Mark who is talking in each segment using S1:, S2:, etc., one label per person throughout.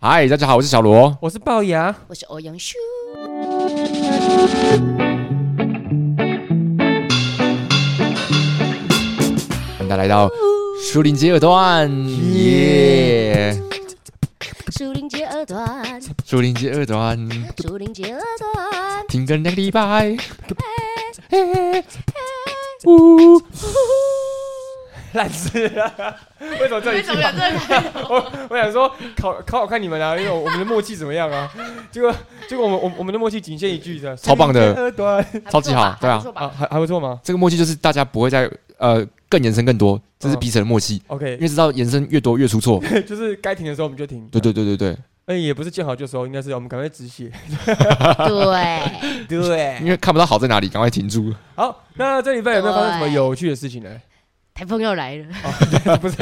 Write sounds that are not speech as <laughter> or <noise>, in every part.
S1: 嗨，大家好，我是小罗。
S2: 我是龅牙，
S3: 我是欧阳修。
S1: 欢迎大家来到树林街二段，耶！
S3: 树林街二段，
S1: 树林街二段
S3: 树林街二段，
S1: 停更两个礼拜，
S3: 哎
S2: <laughs> 烂死了！为什么这
S3: 哎
S2: 里气氛？我我想说考考考看你们啊，因为我们的默契怎么样啊？结果结果我们我我们的默契仅限一句的，
S1: 超棒的
S2: 二段
S1: 超级好对啊
S2: 啊，还还不错吗
S1: 这个默契就是大家不会再呃更延伸更多，这是彼此的默
S3: 嗯
S1: 契，因
S2: ？OK，
S1: 为知道延伸越多越出错。
S2: 就是该停的时候我们就停。
S1: 对，对对对对，
S2: 哎，也不是见好就收，应该是我们赶快止血。
S1: 啊
S3: 对，
S1: 因
S3: 嗯
S2: 对，
S1: 为看不到好在哪里，赶快停住。
S2: 好，那这礼拜有没有发生什么有趣的事情呢？
S3: 台风要 <laughs> 来了，
S2: 不是，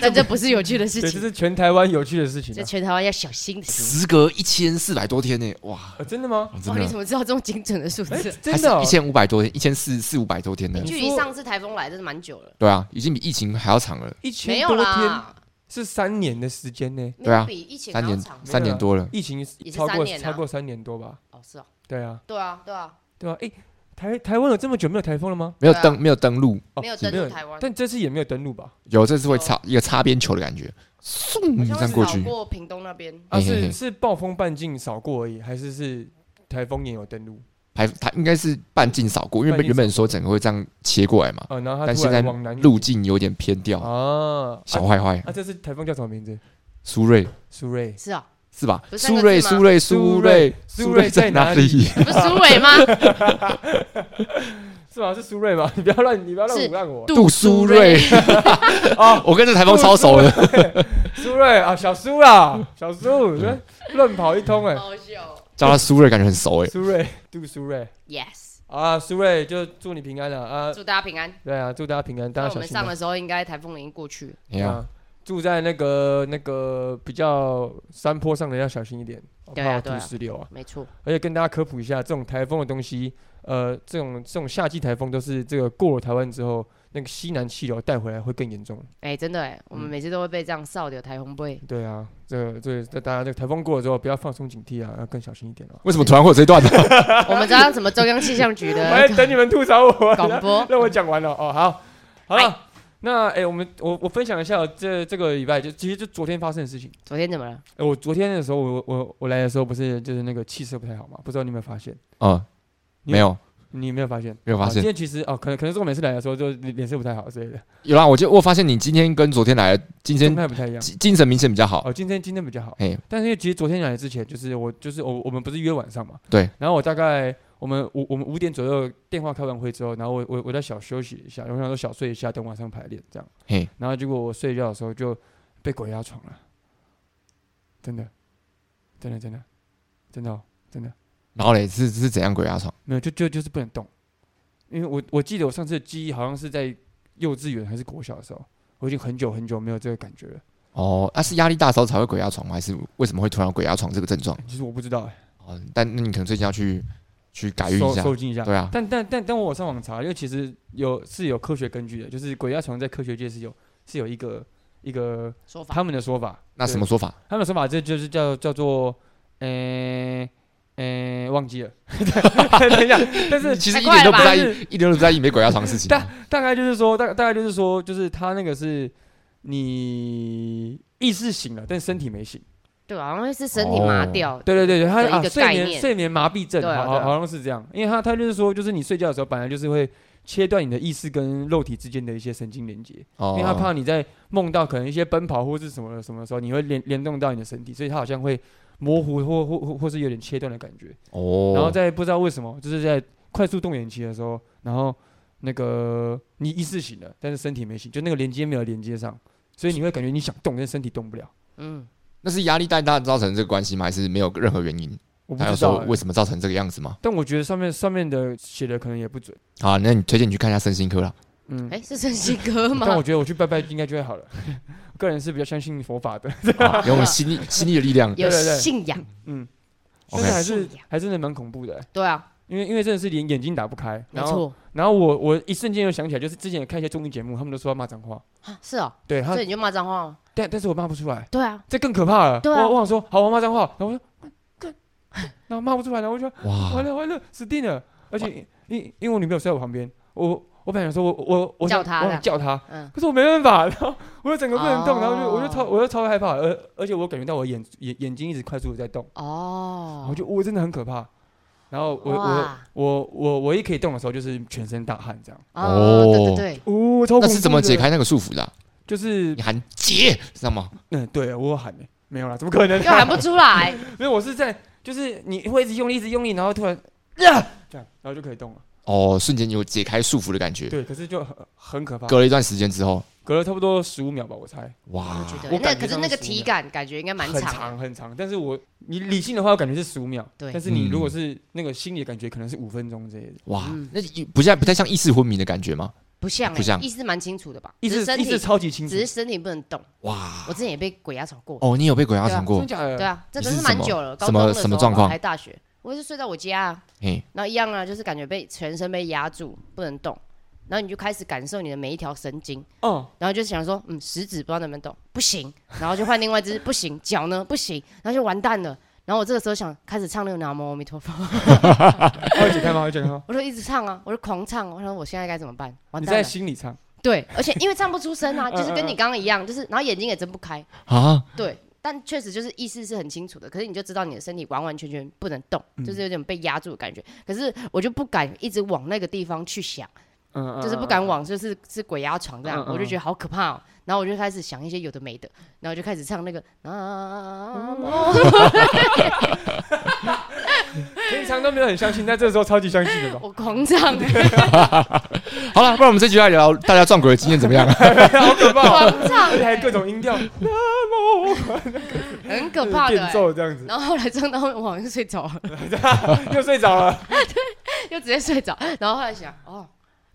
S3: 但这不是有趣的事
S2: 对，这
S3: 情，
S2: 是全台湾有趣的事情
S3: 这
S2: 啊。
S3: 全台湾要小心的事。
S1: 时隔一千四百多天呢，哇，
S2: 呃真的吗？
S1: 真
S3: 哦，你
S1: 的
S3: 怎么知道这种精准的数嗯
S2: 哎
S3: 字？，
S2: 真
S1: 还是
S2: 的哦
S1: 一，千五百多天，一千四四五百多天呢
S2: 你。
S3: 距离上次台风来真的蛮久了，
S1: 对啊，已经比疫情还要长了，
S2: 一
S3: 没
S2: 千
S3: 有
S2: 多天
S3: 啦，
S2: 是三年的时间呢，
S3: 没
S1: 对啊
S3: 有比疫情还
S1: 三
S3: 要
S1: 年
S3: 长吧。
S1: 三年多了。
S2: 疫情
S3: 也是
S2: 超过
S3: 三年啊
S2: 超过三年多吧？
S3: 哦，是哦，
S2: 对啊，
S3: 对啊，对啊，
S2: 对啊，哎、台台湾有这么久没有台风了吗？
S1: 没有
S3: 对啊
S1: 登，没有登录，
S2: 哦
S3: 没有登
S2: 没有
S3: 陆台湾，
S2: 但这次也没有登陆吧？
S1: 有这是会擦一个擦边球的感觉，
S3: 哦好
S1: 送
S3: 像
S1: 这样嗯
S3: 是
S1: 过
S3: 扫
S1: 去。
S3: 过屏东那边，
S2: 啊，
S1: 嘿嘿嘿
S2: 是是暴风半径扫过而已，还是是台风也有登陆？
S1: 台它应该是半径扫过，因为
S2: 半径
S1: 原本说整个会这样切过来嘛，
S2: 啊，然后它
S1: 哦但
S2: 突
S1: 现
S2: 然
S1: 在
S2: 往南
S1: 路径有点偏掉，
S2: 啊，
S1: 小
S2: 啊
S1: 坏坏
S2: 啊，。这次台风叫什么名字？
S1: 苏瑞
S2: 苏瑞，
S3: 是啊，
S1: 是吧？
S3: 不是
S1: 苏
S3: 那
S1: 瑞，
S3: 个字吗
S1: 苏瑞，
S2: 苏
S1: 苏瑞，
S2: 苏
S1: 苏
S2: 瑞
S1: 瑞
S2: 在
S1: 在
S2: 哪
S1: 哪里？
S3: 不是苏伟吗？
S2: 是吗？是苏瑞 <laughs> 吗？你不要乱，你不要乱
S3: 是
S2: 胡乱我。
S1: 杜苏瑞啊！ <laughs> 我跟这台风超熟
S2: <laughs>
S1: 的，
S2: 苏瑞啊，小苏啦，小苏，乱乱跑一通哎。
S3: 好笑哦
S1: 叫他苏瑞感觉很熟哎。
S2: 苏瑞，杜苏瑞
S3: <laughs> ，yes，
S2: 啊，苏瑞就祝你平安了啊。
S3: 祝大家平安。
S2: 对啊，祝大家平安，大
S3: 那
S2: 家
S3: 我
S2: 小
S3: 们
S2: 心啊
S3: 上。的时候，应该台风已经过去了，
S1: 哎呀，
S2: 啊，住在那个那个比较山坡上的要小心一点，
S3: 对
S2: 怕
S3: 啊
S2: 土
S3: 对啊
S2: 石流啊。
S3: 没错，
S2: 而且跟大家科普一下，这种台风的东西，呃，这种这种夏季台风都是这个过了台湾之后，那个西南气流带回来会更严重。
S3: 哎，真的哎，我
S2: 嗯
S3: 们每次都会被这样扫掉台风杯。
S2: 对啊，这个这个大家这个台风过了之后，不要放松警惕啊，要更小心一点啊。
S1: 为什么突然会有这一段呢？ <laughs>
S3: 我们知道什么中央气象局
S2: 我 <laughs> 在
S3: 的
S2: 哎等你们吐槽我，，
S3: 广播
S2: <laughs> 让我讲完了哦。好，好了，那哎、我们我我分享一下这这个礼拜就其实就昨天发生的事情。
S3: 昨天怎么了？
S2: 哎、我昨天的时候，我我我来的时候不是就是那个气色不太好嘛？不知道你有没有发现？
S1: 啊，没有，
S2: 你有没有发现？
S1: 没有发
S2: 啊今
S1: 现。
S2: 天其实哦，可能可能是我每次来的时候就脸脸色不太好之类的，
S1: 有啦，我就我发现你今天跟昨天来，今
S2: 状
S1: 天
S2: 态不太一样。
S1: 精精神明显比较好。
S2: 哦，今天今天比较好，
S1: 哎，
S2: 但是因为其实昨天来之前，就是我就是我我们不是约晚上嘛？
S1: 对。
S2: 然后我大概我们五我们五点左右电话开完会之后，然后我我我再小休息一下，我想说小睡一下，等晚上排练这样。
S1: 嘿，
S2: 然后结果我睡觉的时候就被鬼压床了，真的，真的真的真的哦、真的。
S1: 然后嘞是是怎样鬼压床？
S2: 没有，就就就是不能动，因为我我记得我上次的记忆好像是在幼稚园还是国小的时候，我已经很久很久没有这个感觉了。
S1: 哦，那、是压力大的时候才会鬼压床吗？还是为什么会突然有鬼压床这个症状？
S2: 其实我不知道、欸，
S1: 哦，但那你可能最近要去去改运
S2: 收
S1: 一下，
S2: 收进一下。
S1: 对啊，
S2: 但但但但我上网查，因为其实有是有科学根据的，就是鬼压床在科学界是有是有一个一个
S3: 说法
S2: 他们的说法。
S1: 那
S2: 对
S1: 什么？说法？
S2: 他们的说法这就是叫叫做，呃呃，忘记了。 <laughs> 等一下，但是
S1: 哎其实
S3: 太
S1: 一
S3: 快
S1: 点都
S3: 了
S1: 不
S3: 吧
S1: 在意
S2: 就是，
S1: 一点都不在意没鬼压床的事情。 <laughs>
S2: 大大概就是说，大大概就是说，就是他那个是你意识醒了，但身体没醒。
S3: 对啊，好像是身体麻掉。
S2: 对对对对，他
S3: 的一
S2: 啊
S3: 个
S2: 睡
S3: 概
S2: 眠
S3: 念
S2: 睡眠麻痹症，
S3: 对啊
S2: 好
S3: 对
S2: 好
S3: 啊
S2: 好像是这样，因为他他就是说，就是你睡觉的时候，本来就是会切断你的意识跟肉体之间的一些神经连接，因
S1: 哦
S2: 为他怕你在梦到可能一些奔跑或是什么的什么的时候，你会联联动到你的身体，所以他好像会模糊或或或或是有点切断的感觉。
S1: 哦，
S2: 然后在不知道为什么，就是在快速动眼期的时候，然后那个你意识醒了，但是身体没醒，就那个连接没有连接上，所以你会感觉你想动，但身体动不了。
S3: 嗯，
S1: 那是压力太大造成这个关系吗？还是没有任何原因？
S2: 我不
S1: 他有
S2: 知道
S1: 说
S2: 欸、
S1: 为什么造成这个样子吗？
S2: 但我觉得上面上面的写的可能也不准。
S1: 好啊，那你推荐你去看一下身心科 <laughs> 啦。
S2: 嗯，
S3: 哎，是圣心哥
S2: 但
S3: 吗
S2: 我？觉得我去拜拜应该就会好了。 <laughs> 我个人是比较相信佛法的，
S1: 啊用心 <laughs> 力心力的力
S3: <laughs>
S1: 量。
S3: 有
S2: 对对对
S3: 信仰，
S2: 嗯，但
S1: OK
S2: 是还是
S3: 信仰
S2: 还真的蛮恐怖的欸、
S3: 对啊，
S2: 因为因为真的是连眼睛打不开，
S3: 没
S2: 然后
S3: 错
S2: 然后我我一瞬间又想起来，就是之前有看一些综艺节目，他们都说要骂脏话，
S3: 啊，是哦，
S2: 对他
S3: 所以你就骂脏话吗？哦
S2: 但但是我骂不出来，
S3: 对啊，
S2: 这更可怕了。
S3: 对啊
S2: 我我想说，好，我骂脏话，然后我说， <coughs> 干然后骂不出来，然后我
S3: <coughs>
S2: 就完
S1: 哇，
S2: 了完了，死定了。而且因因为我女朋友睡在我旁边，我我本来想说我我我
S3: 叫
S2: 想
S3: 她
S2: 我
S3: 这
S2: 想
S3: 样
S2: 叫她，
S3: 嗯，
S2: 可是我没办法， <laughs> 然后我就整个不能动，然后就我就超
S3: 哦
S2: 我就超害怕，而而且我感觉到我眼眼眼睛一直快速的在动，然
S3: 哦，
S2: 后就我真的很可怕。然后我我
S3: 哇
S2: 我我我一可以动的时候就是全身大汗这样，
S3: 哦，
S1: 哦
S3: 对对对，
S2: 哦，超恐怖
S1: 那
S2: 的
S1: 是怎么解？开那个束缚的啊？
S2: 就是
S1: 你喊姐，知道吗？
S2: 嗯，对我有喊的，没有啦，怎么可能？
S3: 又喊不出来，
S2: 没有，我是在就是你会一直用力，一直用力，然后突然呀、这样，然后就可以动了。
S1: 哦，瞬间有解开束缚的感觉。
S2: 对，可是就很很
S3: 啊
S2: 可怕，
S1: 隔了一段时间之后，
S2: 隔了差不多十五秒吧，我猜。
S1: 哇，
S3: 对
S2: 我
S3: 那
S2: 感觉
S3: 可是
S2: 上
S3: 那个
S2: 是
S3: 体感感觉应该蛮
S2: 很
S3: 长的，
S2: 长很长，但是我你理性的话，我感觉是十五秒，
S3: 对
S2: 但是你
S1: 嗯
S2: 如果是那个心理的感觉，可能是五分钟之类的。
S1: 哇
S3: 嗯，
S1: 那一不像不太像意识昏迷的感觉吗？
S3: 不像欸
S1: 不像
S3: 意识蛮清楚的吧？
S2: 意
S3: 只是
S2: 识
S3: 身
S2: 意识
S3: 体
S2: 超级清楚
S3: 只，是身体不能动，
S1: 哇，
S3: 我之前也被鬼压床过，
S1: 哦，你有被鬼压床
S2: 真的
S1: 过？
S2: 假的？
S3: 对啊，这
S1: 你
S3: 个
S1: 是
S3: 是
S1: 什
S3: 蛮
S1: 么
S3: 久了，高
S1: 什么
S3: 中的时
S1: 什么
S3: 候
S1: 状
S3: 吧
S1: 况
S3: 还大学，我是睡在我家啊，
S1: 嘿，
S3: 然后一样啊，就是感觉被全身被压住，不能动，然后你就开始感受你的每一条神经，
S2: 嗯，
S3: 然后就想说，嗯，食指不知道能不能动，不行，然后就换另外一只，不行，脚呢不行，然后就完蛋了。然后我这个时候想开始唱那个南无阿弥陀佛，
S2: 会哦解开吗？会解开吗？
S3: 我就一直唱啊，我就狂唱，我想我现在该怎么办？完
S2: 你
S3: 蛋
S2: 在
S3: 了。
S2: 心里唱，
S3: 对，而且因为唱不出声啊，
S2: 嗯
S3: 就是跟你刚刚一样，就是然后眼睛也睁不开，
S1: 啊，
S3: 对。但确实就是意识是很清楚的，可是你就知道你的身体完完全全不能动，
S2: 嗯
S3: 就是有点被压住的感觉。可是我就不敢一直往那个地方去想。
S2: 嗯，嗯
S3: 就是不敢。往，就是是鬼压床这样，
S2: 嗯嗯
S3: 我就觉得好可怕哦。然后我就开始想一些有的没的，然后我就开始唱那个
S2: 嗯
S3: 啊，
S2: 平常都没有很相信，但这时候超级相信
S3: <laughs>
S2: 的吧？
S3: 我
S2: <laughs>
S3: 狂唱，
S2: 啊
S1: 好了，不然我们这局来聊大家撞鬼的经验怎么样？啊
S2: 好可怕哦！
S3: 狂唱，
S2: 而且 <laughs> 还各种音调，
S3: 很可怕的
S2: 变
S3: 欸。
S2: 奏这
S3: <laughs>
S2: 样子，
S3: 然后后来唱到我好像睡着了，
S2: 又睡着了。
S3: 又直接睡着。然后后来想，哦，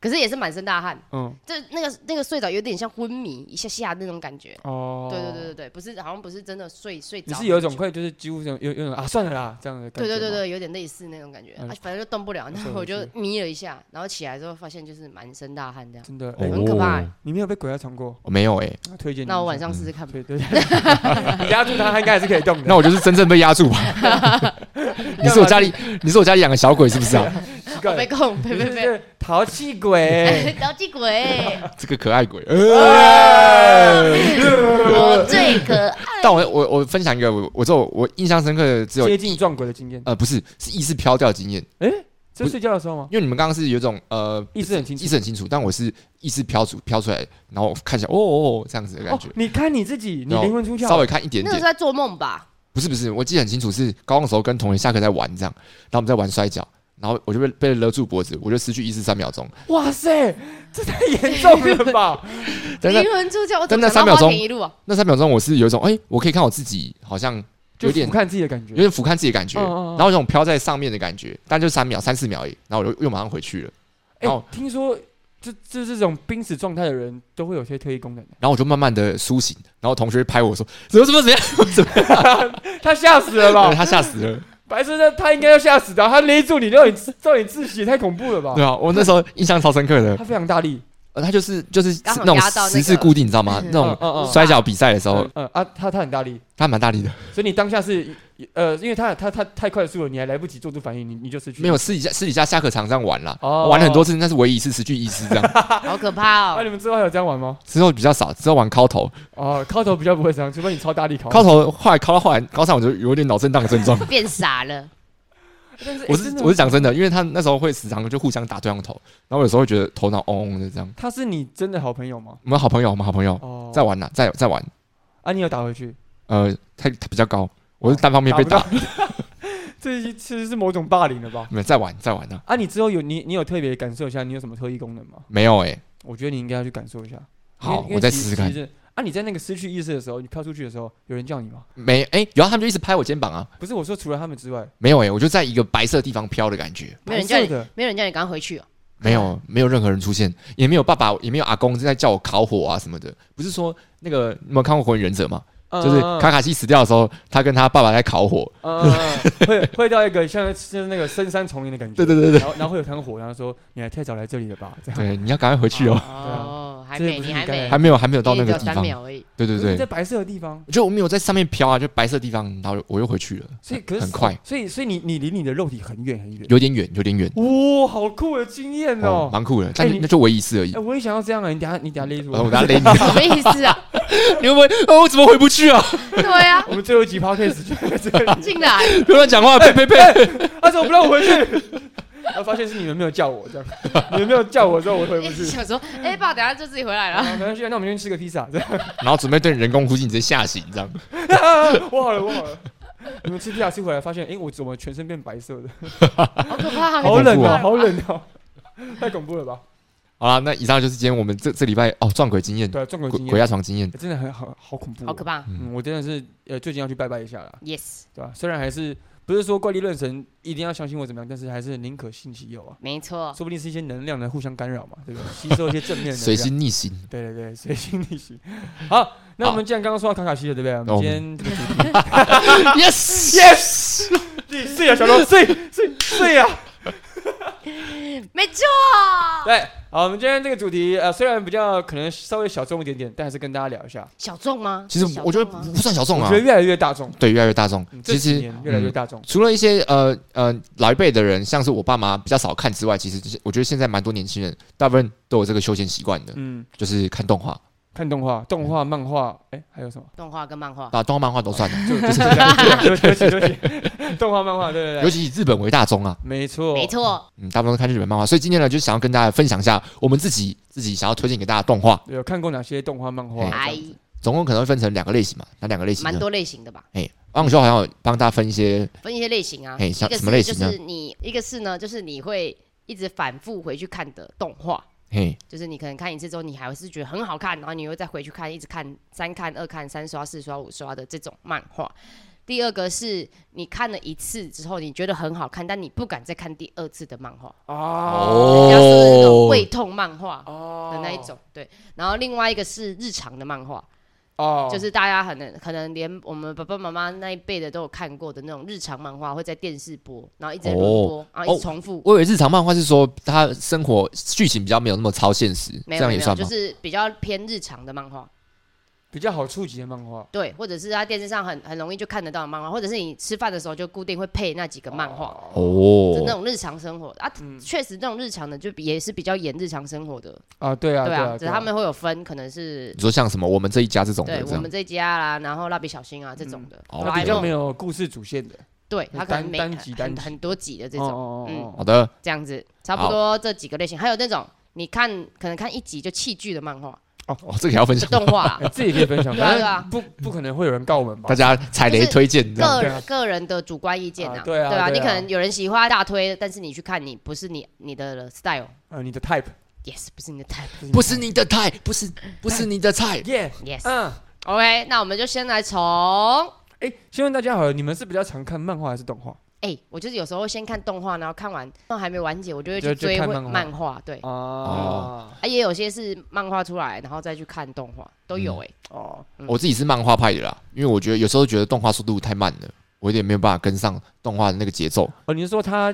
S3: 可是也是满身大汗，
S2: 嗯，
S3: 这那个那个睡着有点像昏迷一下下那种感觉。
S2: 哦，
S3: 对对对对对，不是好像不是真的睡睡
S2: 你
S3: 着的感觉，
S2: 是有一种快，就是几乎是有有有种啊，算了啦这样的感
S3: 对
S2: 觉。
S3: 对对，对，有点类似那种感觉，
S2: 嗯
S3: 啊，反正就动不了。然
S2: 是
S3: 后 <laughs> 我就
S2: 是
S3: 眯了一下，然后起来之后发现就是满身大汗这样。
S2: 真的，哎
S3: <laughs> 很可怕
S1: 哦
S3: 欸
S2: 你没有被鬼压床过，
S1: 我没有哎，
S2: 啊推荐你一下。
S3: 那我晚上试试看吧。
S2: 对对对，你压住他，他应该还是可以动的。
S1: <laughs> 那我就是真正被压住吧？啊
S3: <laughs>
S1: 你是我家里，你是我家里养的小鬼是不是啊？ <laughs>
S2: 奇怪，
S3: 被控，
S2: 你是
S3: 被被
S2: 不
S3: 被
S2: 是淘气
S3: <laughs>
S2: 鬼？
S3: 老气鬼，
S1: 这个可爱鬼。呃
S3: 我最可爱。
S1: 但我我我分享一个，我我只有我印象深刻的只有
S2: 接近撞鬼的经验，
S1: 呃不是是意识飘掉的经验，
S2: 这睡觉的时候吗？
S1: 因为你们刚刚是有一种呃
S2: 意识很清楚
S1: 意。识很清楚，但我是意识飘出飘出来，然后看一下哦哦哦这样子的感
S2: 哦
S1: 觉，，
S2: 你看你自己，你
S1: 然后
S2: 灵魂出
S1: 稍
S2: 窍，
S1: 微看一点
S3: 那个是
S1: 点，
S3: 在做梦吧？
S1: 不是不是，我记得很清楚，是高中的时候跟同学下课在玩这样，然后我们在玩摔跤，然后我就被被勒住脖子，我就失去意识三秒钟，
S2: 哇塞，这太严重了吧！
S1: 但那
S3: 灵魂出窍，我怎
S1: 但
S3: 么
S1: 那
S3: 想
S1: 三
S3: 到
S1: 秒
S3: 花
S1: 钟
S3: 田一路啊？
S1: 那三秒钟我是有一种哎、我可以看我自己好像 <laughs> 有点
S2: 不看自己的感
S1: 有
S2: 觉，
S1: 点俯瞰自己的感觉，
S2: 嗯嗯嗯
S1: 然后有种飘在上面的感觉，但就三秒三四秒而已，然后我又又马上回去了，然
S2: 哎
S1: 后，
S2: 听说就就这种濒死状态的人都会有些特异功能， <laughs>
S1: 然后我就慢慢的苏醒，然后同学拍我说怎么怎么怎么样，怎么
S2: 他吓死了
S1: 样，
S2: 吧？
S1: 他吓死了。
S2: 白痴，那他应该要吓死的，啊他勒住你，让你让你窒息，也太恐怖了吧
S1: <laughs> 对？啊，我那时候印象超深刻的，
S2: 他非常大力，
S1: 呃，他就是就是
S3: 刚好
S1: 那种
S3: 压到那
S1: 十字
S3: 个
S1: 固定，你知道吗？那
S2: 嗯
S1: 种
S2: 嗯嗯
S1: 摔跤比赛的时候
S2: 嗯，嗯啊，他他很大力，
S1: 他蛮大力的，
S2: 所以你当下是呃，因为他他他太快速了，你还来不及做出反应，你你就失去。
S1: 没有私底下私底下下课常这样玩啦，
S2: 哦
S1: 玩了很多次，那是唯一一次失去意识这样。
S3: 好可怕
S2: 啊，
S3: 哦！
S2: 你们之后还有这样玩吗？
S1: 之后比较少，之后玩敲头，
S2: 哦，敲头比较不会这样，除非你超大力敲。
S1: 敲头后来敲到后来高三我就有点脑震荡的症状。
S3: 变傻了，
S2: 但是，
S1: 我
S2: 诶
S1: 是
S2: 哎真的
S1: 我是讲真的，因为他那时候会时常就互相打对方头，然后有时候会觉得头脑嗡嗡的这样。
S2: 他是你真的好朋友吗？
S1: 我们好朋友，我们好朋友
S2: 哦，
S1: 在玩啦，在在玩，
S2: 啊，你有打回去？
S1: 呃，他他比较高，我是单方面被
S2: 哦打
S1: 打， <laughs>
S2: <laughs> 这一其实是某种霸凌了吧？
S1: 没有在玩在玩呢，
S2: 啊，你之后有你你有特别感受一下，你有什么特异功能吗？
S1: 没有哎，
S2: 我觉得你应该要去感受一下。因
S1: 好
S2: 为，因为
S1: 我再
S2: 其
S1: 试
S2: 实
S1: 试看
S2: 其，实啊，你在那个失去意识的时候，你飘出去的时候，有人叫你吗？
S1: 没哎，然后他们就一直拍我肩膀啊，
S2: 不是，我说除了他们之外，
S1: 没有哎、我就在一个白色地方飘的感觉，
S3: 没有人叫
S2: 白色
S3: 你
S2: 的，
S3: 没有人叫你赶快回去哦。
S1: 没有没有任何人出现，也没有爸爸，也没有阿公在叫我烤火啊什么的。不是说那个你有没有看过《火影忍者》吗？就是卡卡西死掉的时候，他跟他爸爸在烤火。
S2: 嗯，嗯嗯
S1: <laughs>
S2: 嗯会会到一个像是那个深山丛林的感觉。
S1: 对对对对
S2: 然后然后会有团火，然后说你还太早来这里了吧？这样
S1: 对，你要赶快回去哦。
S2: 啊
S3: 哦，还
S2: 这
S3: 没，
S2: 不是
S3: 你
S2: 你
S3: 还
S2: 刚才
S3: 没，
S1: 还没有还没有到
S3: 你
S1: 那
S3: 也只
S1: 个
S3: 有
S1: 地
S3: 三
S1: 方，
S3: 秒而已。
S1: 对对
S2: 在
S1: 对，
S2: 白色的地方，
S1: 就我没有在上面飘啊，就白色地方，然后我又回去了，
S2: 所以可是
S1: 很快，
S2: 所以所以你你离你的肉体很远很远。
S1: 有点远，有点远，
S2: 哇、好酷的经验
S1: 嗯哦
S2: 哦，！
S1: 蛮酷的，但
S2: 哎你
S1: 那就唯一一次而已
S2: 哎、。我也想要这样啊！你等下你等下勒住
S1: 然后
S2: 我
S1: 哦我。拿雷
S2: <laughs>
S1: 你，
S3: 什么意思啊？
S1: <laughs> 你会不会？哦，我怎么回不去啊？
S3: <laughs> 对啊，
S2: 我们最后一集 podcast 就在这里，
S3: 进来， <laughs>
S1: 别乱
S2: <laughs>
S1: 讲话，呸呸呸！
S2: 他怎么不让我回去？ <laughs> 然后发现是你们没有叫我，这样，你们没有叫我之后我回不去。
S3: 想说，哎、爸，等下就自己回来
S2: 啊
S1: <laughs>
S3: 了。
S2: 没关系，那我们先去吃个披萨。 <laughs> 这样，
S1: 然后准备对你人工呼吸，你直接吓醒，这样。
S2: 我好了，我好了。你们吃披萨吃回来，发现哎、我怎么全身变白色的？
S3: 好可怕，
S2: 好
S1: 恐
S2: 冷
S1: 怖
S2: 哦，
S1: 啊
S2: 好冷哦，太恐怖了吧？
S1: 好啦，那以上就是今天我们这这礼拜哦撞鬼经验、
S2: 对啊，撞鬼
S1: 鬼
S2: 经验
S1: 鬼压床经验。
S2: 哎真的很好，好恐怖、
S3: 好可。怕。
S2: 嗯，我真的是呃，最近要去拜拜一下啦，
S3: Yes，
S2: 对吧、虽然还是不是说怪力乱神一定要相信我怎么样，但是还是宁可信其有啊。
S3: 没错。
S2: 说不定是一些能量来互相干扰嘛，对不对？吸收一些正面的能量。
S1: 随心逆
S2: <laughs>
S1: 行，
S2: 对对对，随心逆行。好，那我们既然刚刚说到卡卡西了，对不对？我
S1: 那
S2: 们
S1: 我
S2: 今天这个 <laughs> 主题
S1: <laughs> yes yes，
S2: 对，睡啊，小龙，睡睡睡啊！
S3: 没错，
S2: <laughs> 对，好，我们今天这个主题呃，虽然比较可能稍微小众一点点，但还是跟大家聊一下。
S3: 小众吗？
S1: 其实
S3: 是小
S1: 我觉得
S3: 众吗
S1: 不不算小众
S2: 我
S1: 啊
S2: 觉，得越来越大众，
S1: 对，越来越大众
S2: 嗯。这
S1: 其
S2: 几
S1: 实
S2: 年越来越
S1: 嗯
S2: 大众。
S1: 除了一些呃呃老一辈的人，像是我爸妈比较少看之外，其实这些我觉得现在蛮多年轻人，大部分都有这个休闲习惯的，
S2: 嗯，
S1: 就是看动画，
S2: 看动画、动画、漫画，哎，还有什么？
S3: 动画跟漫画，
S1: 把动画漫画都算了， <laughs>
S2: 就就是这样，啊对不起对不起对不起， <laughs> 动画、漫画，对对对，
S1: 尤其以日本为大宗啊，
S2: 没错，
S3: 没。错，
S1: 嗯，大部分都看日本漫画，所以今天呢，就想要跟大家分享一下我们自己自己想要推荐给大家的动画，
S2: 有看过哪些动画、漫画？
S1: 哎
S3: 还
S1: 总共可能会分成两个类型嘛，哪两个类型呢？
S3: 蛮多类型的吧，
S1: 哎，王永修好像有帮大家分一些
S3: 分一些类型啊。
S1: 哎
S3: 一
S1: 像
S3: 个
S1: 什么类
S3: 是
S1: 型呢
S3: 就是你一个是呢，就是你会一直反复回去看的动画。
S1: 嘿，
S3: 就是你可能看一次之后，你还是觉得很好看，然后你又再回去看，一直看三看、二看、三刷、四刷、五刷的这种漫画。第二个是你看了一次之后，你觉得很好看，但你不敢再看第二次的漫画，
S2: 啊
S1: 哦
S3: 人家说的那种胃痛漫画
S2: 哦
S3: 的那一种，对。然后另外一个是日常的漫画，
S2: 哦，
S3: 就是大家可能可能连我们爸爸妈妈那一辈的都有看过的那种日常漫画，会在电视播，然后一直在轮播，然后一直重复。
S1: 哦我以为日常漫画是说他生活剧情比较没有那么超现实，
S3: 没
S1: 这样
S3: 有没
S1: 也
S3: 有，
S1: 算
S3: 就
S1: 吗？
S3: 是比较偏日常的漫画，
S2: 比较好触及的漫画。
S3: 对，或者是他电视上很很容易就看得到的漫画，或者是你吃饭的时候就固定会配那几个漫画，就
S1: 哦，
S3: 那种日常生活的啊
S2: 嗯，
S3: 确、实那种日常的就比也是比较演日常生活的，
S2: 啊，对啊，
S3: 对
S2: 啊，
S3: 只是他们会有分，可能是
S1: 你说像什么我们这一家这种
S3: 对
S1: 的这
S3: 我
S1: 样
S3: 们，这家啦，然后蜡笔小新啊这种的，
S1: 哦
S3: 哆
S2: 那
S3: 啦
S2: 比
S3: A
S2: 较
S3: 梦
S2: 没有故事主线的
S3: 对他可
S2: 单
S3: 能每
S2: 单集单
S3: 很
S2: 集
S3: 很多集的
S2: 哦
S3: 这种，嗯
S2: 哦哦哦
S1: 好的，
S3: 这样子差不多这几个类型，还有那种你看可能看一集就弃剧的漫画、
S1: 哦，这个也要分
S3: 就
S1: 享，
S3: 动画
S2: <laughs> 哎
S3: 啊，
S2: 这也可以分享，
S3: 对啊对
S2: 反
S3: 啊
S2: 正不不可能会有人告我们吧
S1: 大？家踩雷推荐这样。
S3: 个
S2: 对
S3: 人
S2: 啊
S3: 个人的主观意见
S2: 啊对啊
S3: 对
S2: 对啊
S3: 你可能有人喜欢大推，但是你去看你不是你你的 style。
S2: 呃，你的 type
S3: Yes，不是你的 type。
S1: 不是你的菜，不是不是你的菜。
S2: 耶，
S3: Yes，、
S2: 嗯，
S3: OK，那我们就先来从，
S2: 哎，先问大家好了，你们是比较常看漫画还是动画
S3: 哎、我就是有时候先看动画，然后看完，那还没完结，我就会
S2: 就
S3: 去
S2: 去
S3: 追
S2: 看
S3: 会
S2: 漫画
S3: 漫画，对。
S1: 哦
S2: 哦
S3: 啊，也有些是漫画出来，然后再去看动画，都有哎、
S2: 哦，
S1: 我自己是漫画派的啦，因为我觉得有时候觉得动画速度太慢了，我有点没有办法跟上动画的那个节奏。
S2: 哦，你是说他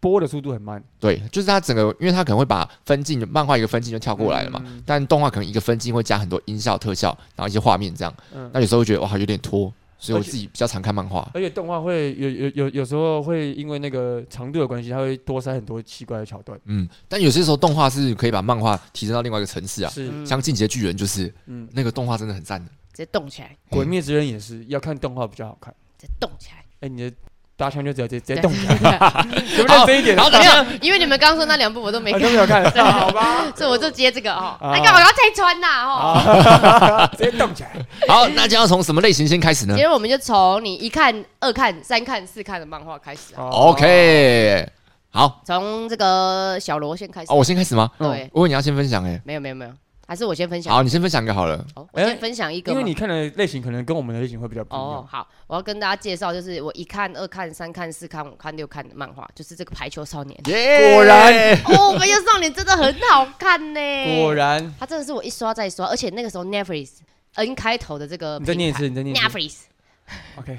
S2: 播的速度很慢？
S1: 对，就是它整个，因为它可能会把分镜漫画一个分镜就跳过来了嘛，
S2: 嗯
S1: 但动画可能一个分镜会加很多音效、特效，然后一些画面这样，
S2: 嗯
S1: 那有时候会觉得哇有点拖，所以我自己比较常看漫画。
S2: 而且动画会有有有有时候会因为那个长度的关系，它会多塞很多奇怪的桥段。
S1: 嗯，但有些时候动画是可以把漫画提升到另外一个层次啊，
S2: 是，
S3: 嗯
S1: 像《进击的巨人》就是
S2: 嗯，
S1: 那个动画真的很赞的。
S3: 直接动起来，
S2: 《鬼灭之刃》也是要看动画比较好看。
S3: 直接动起来，
S2: 哎，你的搭枪就只有直接直接
S3: 对
S2: 动起来，
S3: <laughs>
S2: 有没
S1: 好
S2: 有认真一点？
S1: 然后等
S3: 哦没
S1: 一下
S3: 有，因为你们刚刚说那两部我都没
S2: 啊
S3: 看
S2: 都，没有看，
S3: 对
S2: 好吧？
S3: 所以我就接这个哦。
S2: 啊
S3: 哎，干嘛要拆穿呐？哦，
S2: 啊， <laughs> 直接动起来。
S1: 好，那就要从什么类型先开始呢
S3: 今天我们就从你一看、二看、三看、四看的漫画开
S2: 哦
S3: 始啊，
S1: ？OK，好，
S3: 从这个小罗先开始
S1: 哦，。我先开始吗？
S2: 嗯
S3: 对，
S1: 我以为你要先分享哎、
S3: 没有没有没有，还是我先分享。
S1: 好，你先分享一个好了。》。
S3: 好，我先分享一
S2: 哦
S3: 个
S2: 因
S3: 嘛。
S2: 为你看的类型可能跟我们的类型会比较不一
S3: 哦
S2: 样。，
S3: 好，我要跟大家介绍，就是我一看、二看、三看、四看、五看、六看的漫画，就是这个《排球少年
S1: 果然，
S3: <laughs> 哦，《排球少年》真的很好看呢。
S2: 果，然，
S3: 它真的是我一刷再刷，而且那个时候 Netflix N 开头的这个
S2: 你再
S3: 平
S2: 念一
S3: 台哦
S2: 次，你再念一次。 <laughs>
S3: Netflix
S2: OK，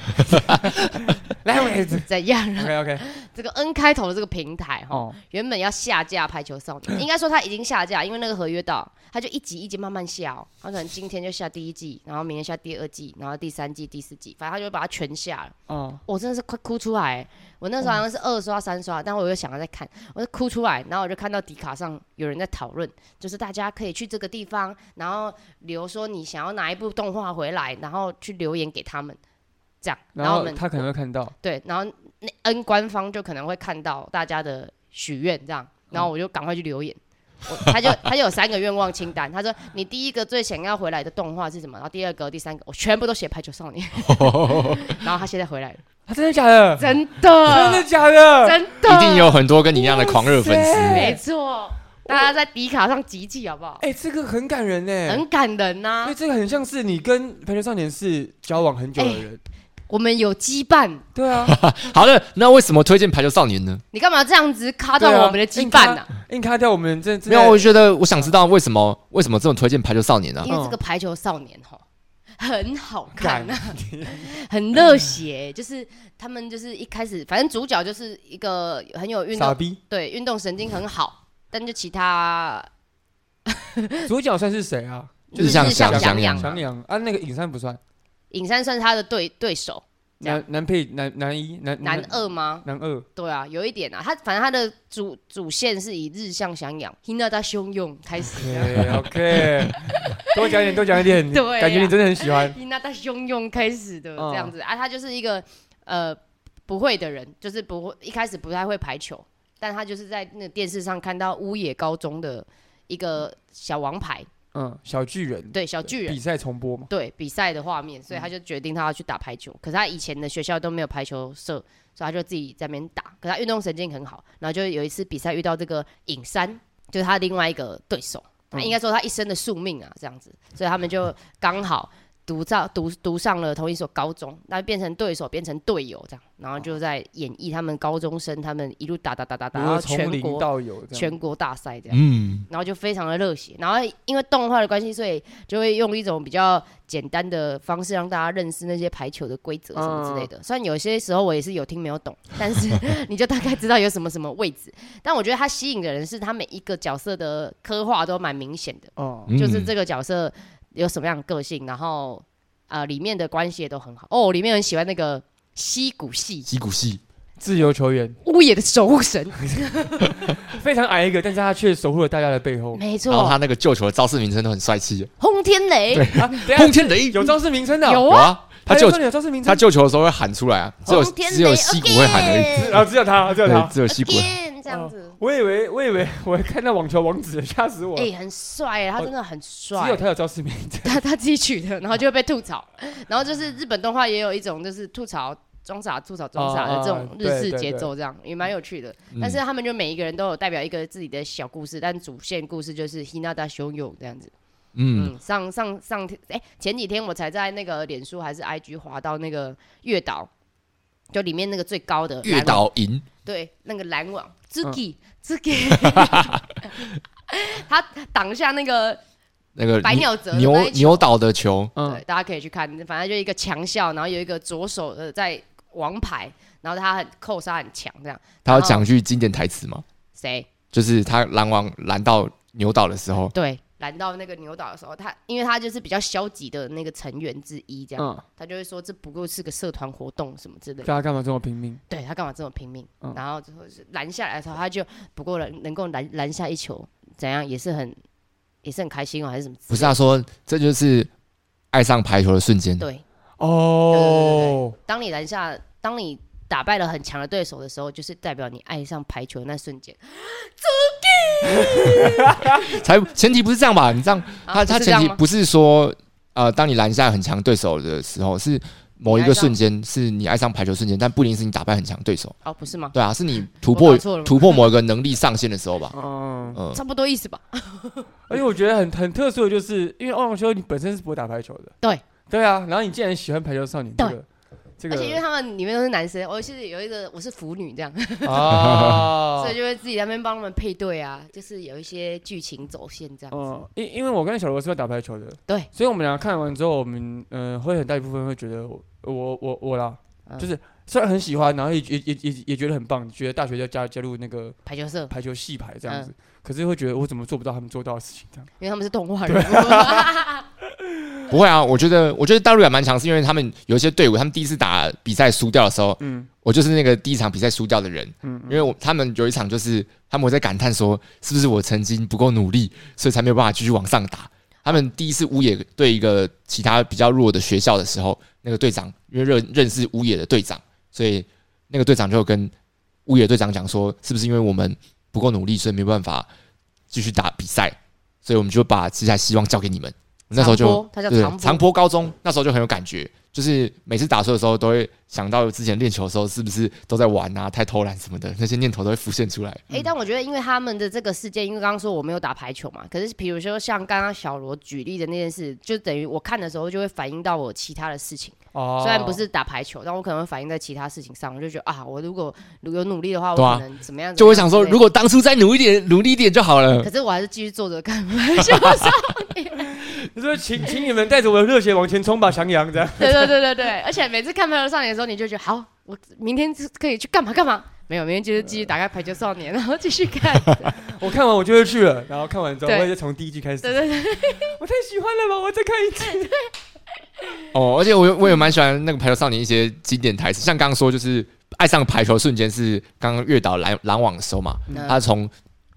S2: 来我 <laughs> 也子。
S3: 怎样啊？
S2: OK
S3: <laughs>
S2: OK，
S3: 这个 N 开头的这个平台哈，
S2: 哦，
S3: 原本要下架《排球少年》，应该说他已经下架，因为那个合约到，他就一集一集慢慢下哦。他可能今天就下第一季，然后明天下第二季，然后第三季、第四季，反正他就把它全下了。
S2: 哦，
S3: 我真的是快哭出来，我那时候好像是二刷、三刷，但我又想要再看，我就哭出来。然后我就看到迪卡上有人在讨论，就是大家可以去这个地方，然后留说你想要哪一部动画回来，然后去留言给他们，这样。
S2: 然
S3: 我
S2: 后
S3: 们
S2: 他可能会看到，
S3: 对，然后那 N 官方就可能会看到大家的许愿这样，
S2: 嗯
S3: 然后我就赶快去留言。我
S2: <laughs>
S3: 他就他就有三个愿望清单，他说你第一个最想要回来的动画是什么？然后第二个、第三个，我全部都写《排球
S2: <laughs>
S3: 少年》，然后他现在回来了，
S2: 他啊真的假的？
S3: 真
S2: <laughs> 真
S3: 的
S2: 的
S1: <laughs>
S2: 假的？
S3: 真
S1: <laughs>
S3: 的，
S1: 一定有很多跟你一样的狂热粉
S2: 哇塞
S1: 丝。
S3: 没错，大家在迪卡上集气好不好？
S2: 哎，这个很感人
S1: 哎
S2: 呢，
S3: 很感人啊呐、
S2: 因为这个很像是你跟《排球少年》是交往很久
S3: 哎
S2: 的人，
S3: 我们有羁绊，
S2: 对
S3: <laughs>
S2: 啊，
S1: 好的，那为什么推荐《排球少年》呢？
S3: 你干嘛这样子卡
S2: 对
S3: 断
S2: 啊
S3: 我们的羁
S1: 哎
S3: 绊呢、
S2: 硬卡掉我们这这
S1: 没有，我觉得我想知道为什么为什么这么推荐《排球少年》啊呢
S3: 因？为这个《排球少年》吼。很好看
S2: 感
S3: 啊，很热血，就是他们就是一开始，反正主角就是一个很有运
S2: 傻
S3: 动，
S2: 逼。
S3: 对运动神经很好，但就其他
S2: 主角算是谁啊？
S1: 就是像
S3: 日向
S1: 翔
S3: 翔
S1: 阳
S3: 阳
S2: 翔阳啊，那个尹山不算，
S3: 尹山算是他的对对手，这样
S2: 男男配男男一男
S1: 嗯
S3: 男二吗？
S2: 男二
S3: 对啊，有一点啊，他反正他的主主线是以日向翔阳、h i n a 汹涌开始
S2: ，OK OK，多 <laughs> 讲一点，多讲一点，
S3: 对啊
S2: 感觉你真的很喜欢。
S3: h i n a 汹涌开始的
S2: 嗯
S3: 这样子、啊，他就是一个呃不会的人，就是不会一开始不太会排球，但他就是在那个电视上看到乌野高中的一个小王牌，
S2: 嗯，小巨人，
S3: 对小巨人
S2: 比赛重播嘛，
S3: 对比赛的画面，所以他
S2: 嗯
S3: 就决定他要去打排球。可是他以前的学校都没有排球社，所以他就自己在那边打。可是他运动神经很好，然后就有一次比赛遇到这个尹山，就是他另外一个对手。那
S2: 嗯
S3: 应该说他一生的宿命啊，这样子，所以他们就刚好读到读读上了同一所高中，那变成对手，变成队友这样，然后就在演绎他们高中生，他们一路打打打打打，
S2: 哦如
S3: 然后
S2: 何从
S3: 全
S2: 零
S3: 国
S2: 到有这样。
S3: 全国大赛这样。
S1: 嗯，
S3: 然后就非常的热血，然后因为动画的关系，所以就会用一种比较简单的方式让大家认识那些排球的规则什么之类的。虽然有些时候我也是有听没有懂，但是你就大概知道有什么什么位置。但我觉得它吸引的人是他每一个角色的刻画都蛮明显的，
S2: 哦，
S3: 就是这个角色有什么样的个性，然后呃里面的关系也都很好。哦，我里面很喜欢那个西谷系
S1: 击鼓戏，
S2: 自由球员，
S3: 乌野的守护神，
S2: 非常矮一个，但是他却守护了大家的背 <laughs> 后。
S3: 没
S1: 然后
S3: 错
S1: 他，那个救球的招式名称都很帅气，
S3: 轰天雷
S2: 啊，等一
S1: 轰
S2: 下
S1: 天雷
S2: <laughs> 有招式名称的，
S3: 有
S1: 有啊，他
S2: 他
S1: 救
S2: 就有招式名
S1: 他
S2: 称，
S1: 救球的时候会喊出来啊，只有
S3: 轰天雷
S1: 只有西谷会喊而已，
S3: again
S2: 然啊后只有他，只有他
S1: 对，。只有西谷会。
S3: again 这样子。
S2: 我以为我以为我看到网球王子，吓死我
S3: 哎、
S2: 了。 <laughs> 哦
S3: 很帅耶，他真的很
S2: 只
S3: 帅
S2: 有。他有招式名称。
S3: 他他自己取的，然后就会被吐槽。然后就是日本动画也有一种就是吐槽装傻、吐槽装傻的这
S2: 哦
S3: 种
S2: 哦
S3: 日式节奏，这样也蛮有趣的。
S1: 嗯
S3: 但是他们就每一个人都有代表一个自己的小故事，但主线故事就是 Hinata 汹涌这样子。
S1: 嗯，
S3: 嗯，上上上天，哎、前几天我才在那个脸书还是 IG 滑到那个月岛，就里面那个最高的
S1: 月
S3: 蓝网
S1: 岛赢，
S3: 对，那个篮
S2: 嗯
S3: 网 Zuki Zuki，他挡下那个
S1: 那个
S3: 百
S1: 牛
S3: 鸟折的那
S1: 牛
S3: 一球
S1: 牛岛的球，
S2: 嗯
S3: 对，，大家可以去看，反正就一个强效，然后有一个左手的在王牌，然后他很扣杀很强，这样
S1: 他要讲句经典台词嘛，
S3: 谁
S1: 就是他拦网拦到牛岛的时候，
S3: 对拦到那个牛岛的时候，他因为他就是比较消极的那个成员之一，这样、
S2: 嗯，
S3: 他就会说这不过是个社团活动什么之类的，
S2: 大家干嘛这么拼命？
S3: 对他干嘛这么拼命？
S2: 嗯
S3: 然后最后是拦下来的时候，他就不过能能够拦拦下一球，怎样也是很也是很开心哦，还是什么之类的？
S1: 不是他说这就是爱上排球的瞬间，
S3: 对，
S2: 哦，
S3: 当你拦下，当你打败了很强的对手的时候，就是代表你爱上排球的那瞬间。
S1: 才前提不是这样吧？你这样，
S3: 啊
S1: 他
S3: 不
S1: 他
S3: 是这
S1: 前
S3: 样
S1: 提
S3: 吗
S1: 不是说，呃，当你拦下很强对手的时候，是某一
S3: 你
S1: 个
S3: 爱上
S1: 瞬间，是你爱上排球瞬间，但不一定是你打败很强对手，
S3: 哦，不是吗？
S1: 对啊，是你突
S3: 我
S1: 破
S3: 搞错了吗
S1: 突破某一个能力上限的时候吧？
S2: 嗯，
S1: 嗯，
S3: 差不多意思吧。
S2: 而且我觉得很很特殊的，就是因为欧阳修你本身是不会打排球的，
S3: 对，
S2: 对啊，然后你竟然喜欢排球少年这个，这
S3: 而且因为
S2: 个
S3: 他们里面都是男生，我是有一个我是腐女这样， <laughs>
S1: 哦
S2: 啊
S3: 所以就会自己在那边帮他们配对啊，就是有一些剧情走线这样
S1: 哦
S2: 嗯，
S3: 子。
S2: 因因为我跟小罗是会打排球的，
S3: 对，
S2: 所以我们俩看完之后，我们嗯、呃会很大一部分会觉得我我我我啦，
S3: 嗯
S2: 就是虽然很喜欢，然后也也也也也觉得很棒，觉得大学要加加入那个
S3: 排球社，
S2: 排球系排这样
S3: 嗯
S2: 子，可是会觉得我怎么做不到他们做到的事情这样。
S3: 因为他们是动画人物， <laughs>
S1: 不会啊，我觉得我觉得大陆也蛮强，是因为他们有一些队伍，他们第一次打比赛输掉的时候，
S2: 嗯
S1: 我就是那个第一场比赛输掉的人，
S2: 嗯
S1: 因为我他们有一场就是他们我在感叹说，是不是我曾经不够努力，所以才没有办法继续往上打。他们第一次乌野对一个其他比较弱的学校的时候，那个队长因为认认识乌野的队长，所以那个队长就跟乌野队长讲说，是不是因为我们不够努力，所以没办法继续打比赛，所以我们就把接下来希望交给你们。 <laughs> 那时候就
S3: 长波他叫
S1: 对
S3: 长波
S1: 长波高中，那时候就很有感觉，就是每次打球的时候都会想到之前练球的时候是不是都在玩啊、太偷懒什么的，那些念头都会浮现出来。
S3: 哎、但我觉得，因为他们的这个事件，因为刚刚说我没有打排球嘛，可是比如说像刚刚小罗举例的那件事，就等于我看的时候就会反映到我其他的事情，
S2: 哦，
S3: 虽然不是打排球，但我可能会反映在其他事情上，我就觉得啊，我如果如果有努力的话，我
S1: 对啊
S3: 可能怎么样？
S1: 就会
S3: 怎
S1: 想
S3: 么样
S1: 说，
S3: 之类的
S1: 如果当初再努一点、努力一点就好了
S3: 可。是我还是继续坐着看 <laughs> 排球少年。
S2: 你说请请你们带着我的热血往前冲吧，翔阳
S3: <laughs>
S2: 这样。
S3: 对对对对对，而且每次看《排球少年》的时候，你就觉得好，我明天是可以去干嘛干嘛。没有，明天就是继续打开《排球少年》，然后继续 <laughs> 看。
S2: 我看完我就会去了，然后看完之后
S3: 对
S2: 我也是从第一季开始
S3: 对，对对，
S2: <laughs> 我太喜欢了吧，我再看一次。
S1: 哦，而且我我也蛮喜欢那个《排球少年》一些经典台词，像刚刚说就是爱上排球的瞬间是刚刚月岛拦拦网的时候嘛，
S3: 嗯
S1: 他从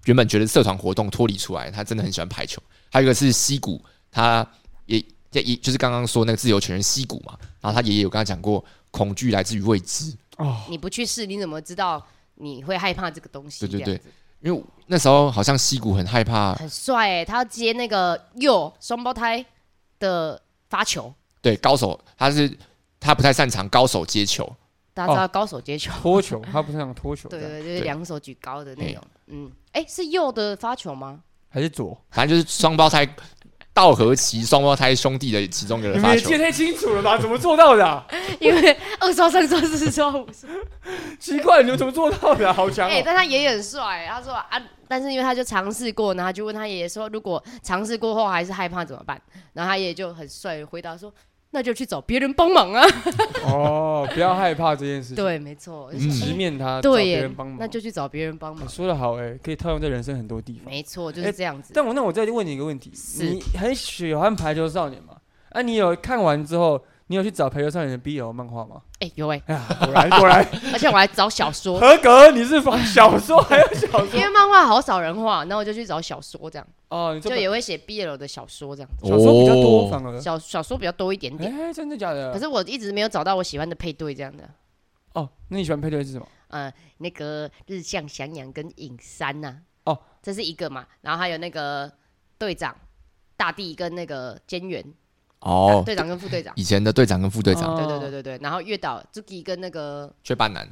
S1: 原本觉得社团活动脱离出来，他真的很喜欢排球。还有一个是西谷，他也也也就是刚刚说那个自由球员西谷嘛，然后他爷爷有跟他讲过，恐惧来自于未知。
S2: 哦，
S3: 你不去试，你怎么知道你会害怕这个东西？
S1: 对对
S3: 这样
S1: 对，因为那时候好像西谷很害怕，
S3: 很帅哎、他要接那个右双胞胎的发球，
S1: 对高手他是他不太擅长高手接球，
S3: 大家知道高手接球，
S2: 脱球，他不是想脱球
S3: 对
S2: 的，
S3: 哦对对，就是
S1: 对
S3: 两手举高的那种。嗯，哎、是右的发球吗？ <laughs>
S2: 还是左？
S1: 反正就是双胞胎道和奇双胞胎兄弟的其中一个
S2: 你
S1: 人
S2: 们
S1: 发
S2: 也
S1: 球
S2: 记得。太清楚了吧？怎么做到的
S3: <laughs>
S2: 啊？
S3: 因为二刷、三刷、四刷、五刷。
S2: 奇怪，你们怎么做到的啊？好强
S3: 哎、
S2: 哦！
S3: 但他爷爷很帅欸、他说啊，但是因为他就尝试过，然后他就问他爷爷说，如果尝试过后还是害怕怎么办？然后他爷爷就很帅地回答说，那就去找别人帮忙啊。
S2: 嗯哦，不要害怕这件事情，
S3: <laughs> 对，没错，
S1: 嗯
S2: 直面他，找
S3: <laughs> 对
S2: 别
S3: 耶
S2: 人帮，忙。
S3: 那就去找别人帮
S2: 你
S3: 忙。
S2: 说的好哎，可以套用在人生很多地方。
S3: <laughs> 没错，就是
S2: 哎
S3: 这样子。
S2: 但我那我再问你一个问题，
S3: 是
S2: 你很喜欢排球少年吗？啊，你有看完之后，你有去找排球少年的 BL 漫画吗？
S3: 哎、有哎、
S2: 哎呀，果然果
S3: <laughs>
S2: 然
S3: 而且我还找小说，
S2: 合格，你是仿小说还有小
S3: 因
S2: 说
S3: 为漫画好少人画，那我就去找小说这样，
S2: <laughs> 哦，你
S3: 就
S2: 这
S3: 也会写 BL 的小说这样，
S2: 小说比较多，
S1: 哦
S2: 反而
S3: 小小说比较多一点点。
S2: 哎，真的假的？
S3: 可是我一直没有找到我喜欢的配对这样的，
S2: 哦，那你喜欢配对是什么？
S3: 呃，那个日向翔阳跟尹山呐、
S2: 哦，
S3: 这是一个嘛，然后还有那个队长大地跟那个监员，
S1: 哦，
S3: 队长跟副队长，
S1: 以前的队长跟副队长
S2: 哦
S3: 对对对对对，然后月岛 Zuki 跟那个
S1: 缺班男，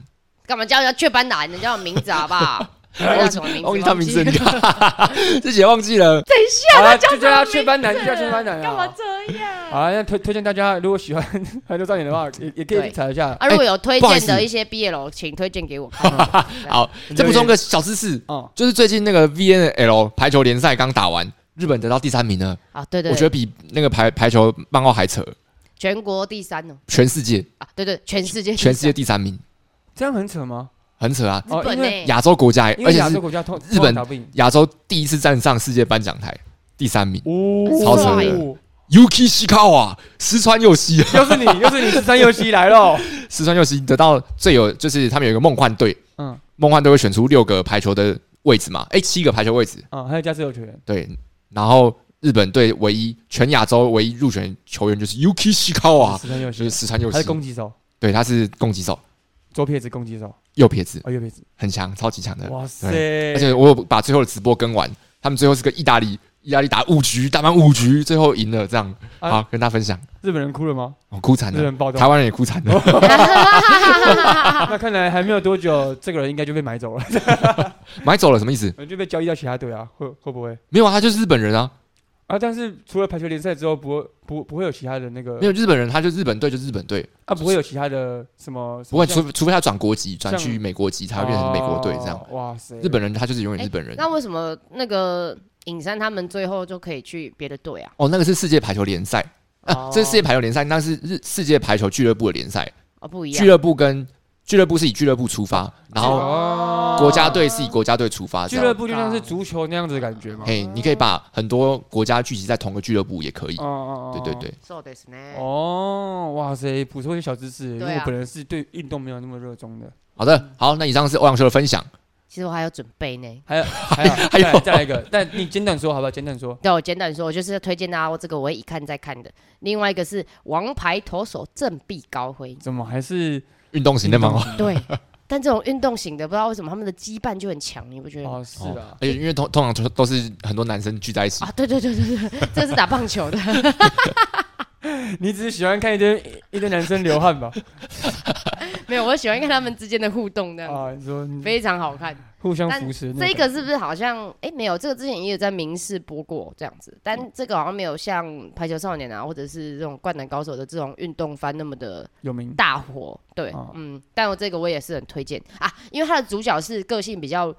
S3: 干嘛叫人家雀斑男，人家有名字好
S1: <laughs>
S3: 不好？人家叫什么名字？
S1: 忘记他名字，你
S3: 忘记
S1: 看自己也忘记
S3: <laughs>
S1: 了。 <laughs>
S2: 好了，就叫他雀斑男，就叫雀斑男
S3: 干嘛
S2: 啊！
S3: 这样？
S2: 好啊，那推推荐大家，如果喜欢排球少年的话，也也可以去查一下。
S3: 啊，如果有推
S1: 哎不好意思
S3: 荐的一些 BL，请推
S1: <laughs>
S3: 荐给我看。
S1: 好，再补充个小知识，
S2: 哦，
S1: 就是最近那个 VNL 排球联赛刚打完，日本得到第三名了，
S3: 啊，对对
S1: 我觉得
S3: 对，
S1: 比那个排排球漫画还扯，
S3: 全国第三哦，
S1: 全世界
S3: 啊，对对，全世界第
S1: 全世界
S3: 三
S1: 第三名，
S2: 这样很扯吗？
S1: 很扯啊！
S2: 哦
S3: 日本
S2: 因为
S3: 呢？
S1: 亚洲国家，
S2: 因
S1: 而
S2: 为
S1: 且
S2: 亚洲
S1: 是
S2: 国家通
S1: 日本
S2: 通常打不赢。
S1: 亚洲第一次站上世界颁奖台第三名
S2: 哦
S3: 超扯
S1: 的，Yuki Shikawa 石川佑希， <laughs>
S2: 又是你，又是你，十三又西来了。
S1: 石川佑希得到最有就是他们有一个梦幻队，
S2: 嗯
S1: 梦幻队会选出六个排球的位置嘛，诶，七个排球位置，
S2: 啊，还有加自由球员，
S1: 对，然后日本队唯一全亚洲唯一入选球员就是 Yuki Shikawa，
S2: 十三又
S1: 就
S2: 西
S1: 是，石川佑
S2: 他
S1: 希
S2: 是，攻击手，
S1: 对，他是攻击手，
S2: 左撇子攻击手，
S1: 右撇子，
S2: 哦右撇子，
S1: 很强，超级强的，
S2: 哇
S1: 对
S2: 塞！
S1: 而且我有把最后的直播跟完，他们最后是跟意大利，意大利打五局，打满五局，最后赢了，这样
S2: 啊
S1: 好跟大家分享，
S2: 日本人哭了吗？
S1: 哦，哭惨
S2: 日本哦
S1: 了，
S2: 人暴动
S1: 台。湾人也哭惨了，
S3: <laughs>
S2: 那看来还没有多久，这个人应该就被买走了， <laughs>
S1: 买走了什么意思？
S2: 就被交易到其他队啊，会会不会？
S1: 没有啊，他就是日本人啊，
S2: 啊，但是除了排球联赛之后，不会不不会有其他的那个
S1: 没有日本人，他就日本队就日本队，
S2: 啊，不会有其他的什么？
S1: 不会
S2: 什么
S1: 除除非他转国籍，转
S2: 像
S1: 去美国籍才
S2: 像
S1: 会变成美国队这样。
S2: 哦哇塞！
S1: 日本人他就是永远日本人。
S3: 哎那为什么那个尹山他们最后就可以去别的队啊？
S1: 哦，那个是世界排球联赛啊
S3: 哦，
S1: 这是世界排球联赛，那是日世界排球俱乐部的联赛，
S3: 哦，不一
S1: 俱
S3: 样。
S1: 乐部跟俱乐部是以俱乐部出发，然后
S2: 哦
S1: 国家队是以国家队出发，
S2: 俱
S1: 这
S2: 乐
S1: 样。
S2: 部就像是足球那样子的感觉嘛。
S1: 嘿，你可以把很多国家聚集在同个俱乐部也可以。
S2: 哦哦
S1: 对对。对，
S3: そうですね。
S2: 哦，哇塞，补充一些小知识，因
S3: 对啊
S2: 为我本人是对运动没有那么热衷的。
S1: 好的，好，那以上是欧阳修的分享。
S3: 其实我还有准备呢。
S1: <laughs>
S2: 还有还有
S1: 还有
S2: 再来再来一个，但你简短说好不好？简短说。
S3: 对，我简短说，我就是要推荐大家，我这个我会一看再看的。另外一个是《王牌投手振臂高挥》，
S2: <laughs> 怎么还是
S1: 运动型的漫画，
S3: 对，但这种运动型的，不知道为什么他们的羁绊就很强，你不觉得
S2: <laughs>
S3: 吗？
S2: 哦，是啊
S1: 而，哎且因为通通常都都是很多男生聚在一起
S3: 啊，，对对对对对，这是打棒球的，
S2: 你只是喜欢看一堆一堆男生流汗
S3: <laughs>
S2: 吧？
S3: 没有，我喜欢看他们之间的互动这
S2: <laughs>
S3: 样子，
S2: 啊，你说你
S3: 非常好看。
S2: 互相
S3: 但
S2: 扶持那
S3: 这
S2: 种感
S3: 个是不是好像哎没有？这个之前也有在明视播过这样子，
S1: 嗯
S3: 但这个好像没有像排球少年啊，或者是这种灌篮高手的这种运动番那么的
S2: 觉有名
S3: 大火。对，
S2: 哦
S3: 嗯，但我这个我也是很推荐啊，因为他的主角是个性比较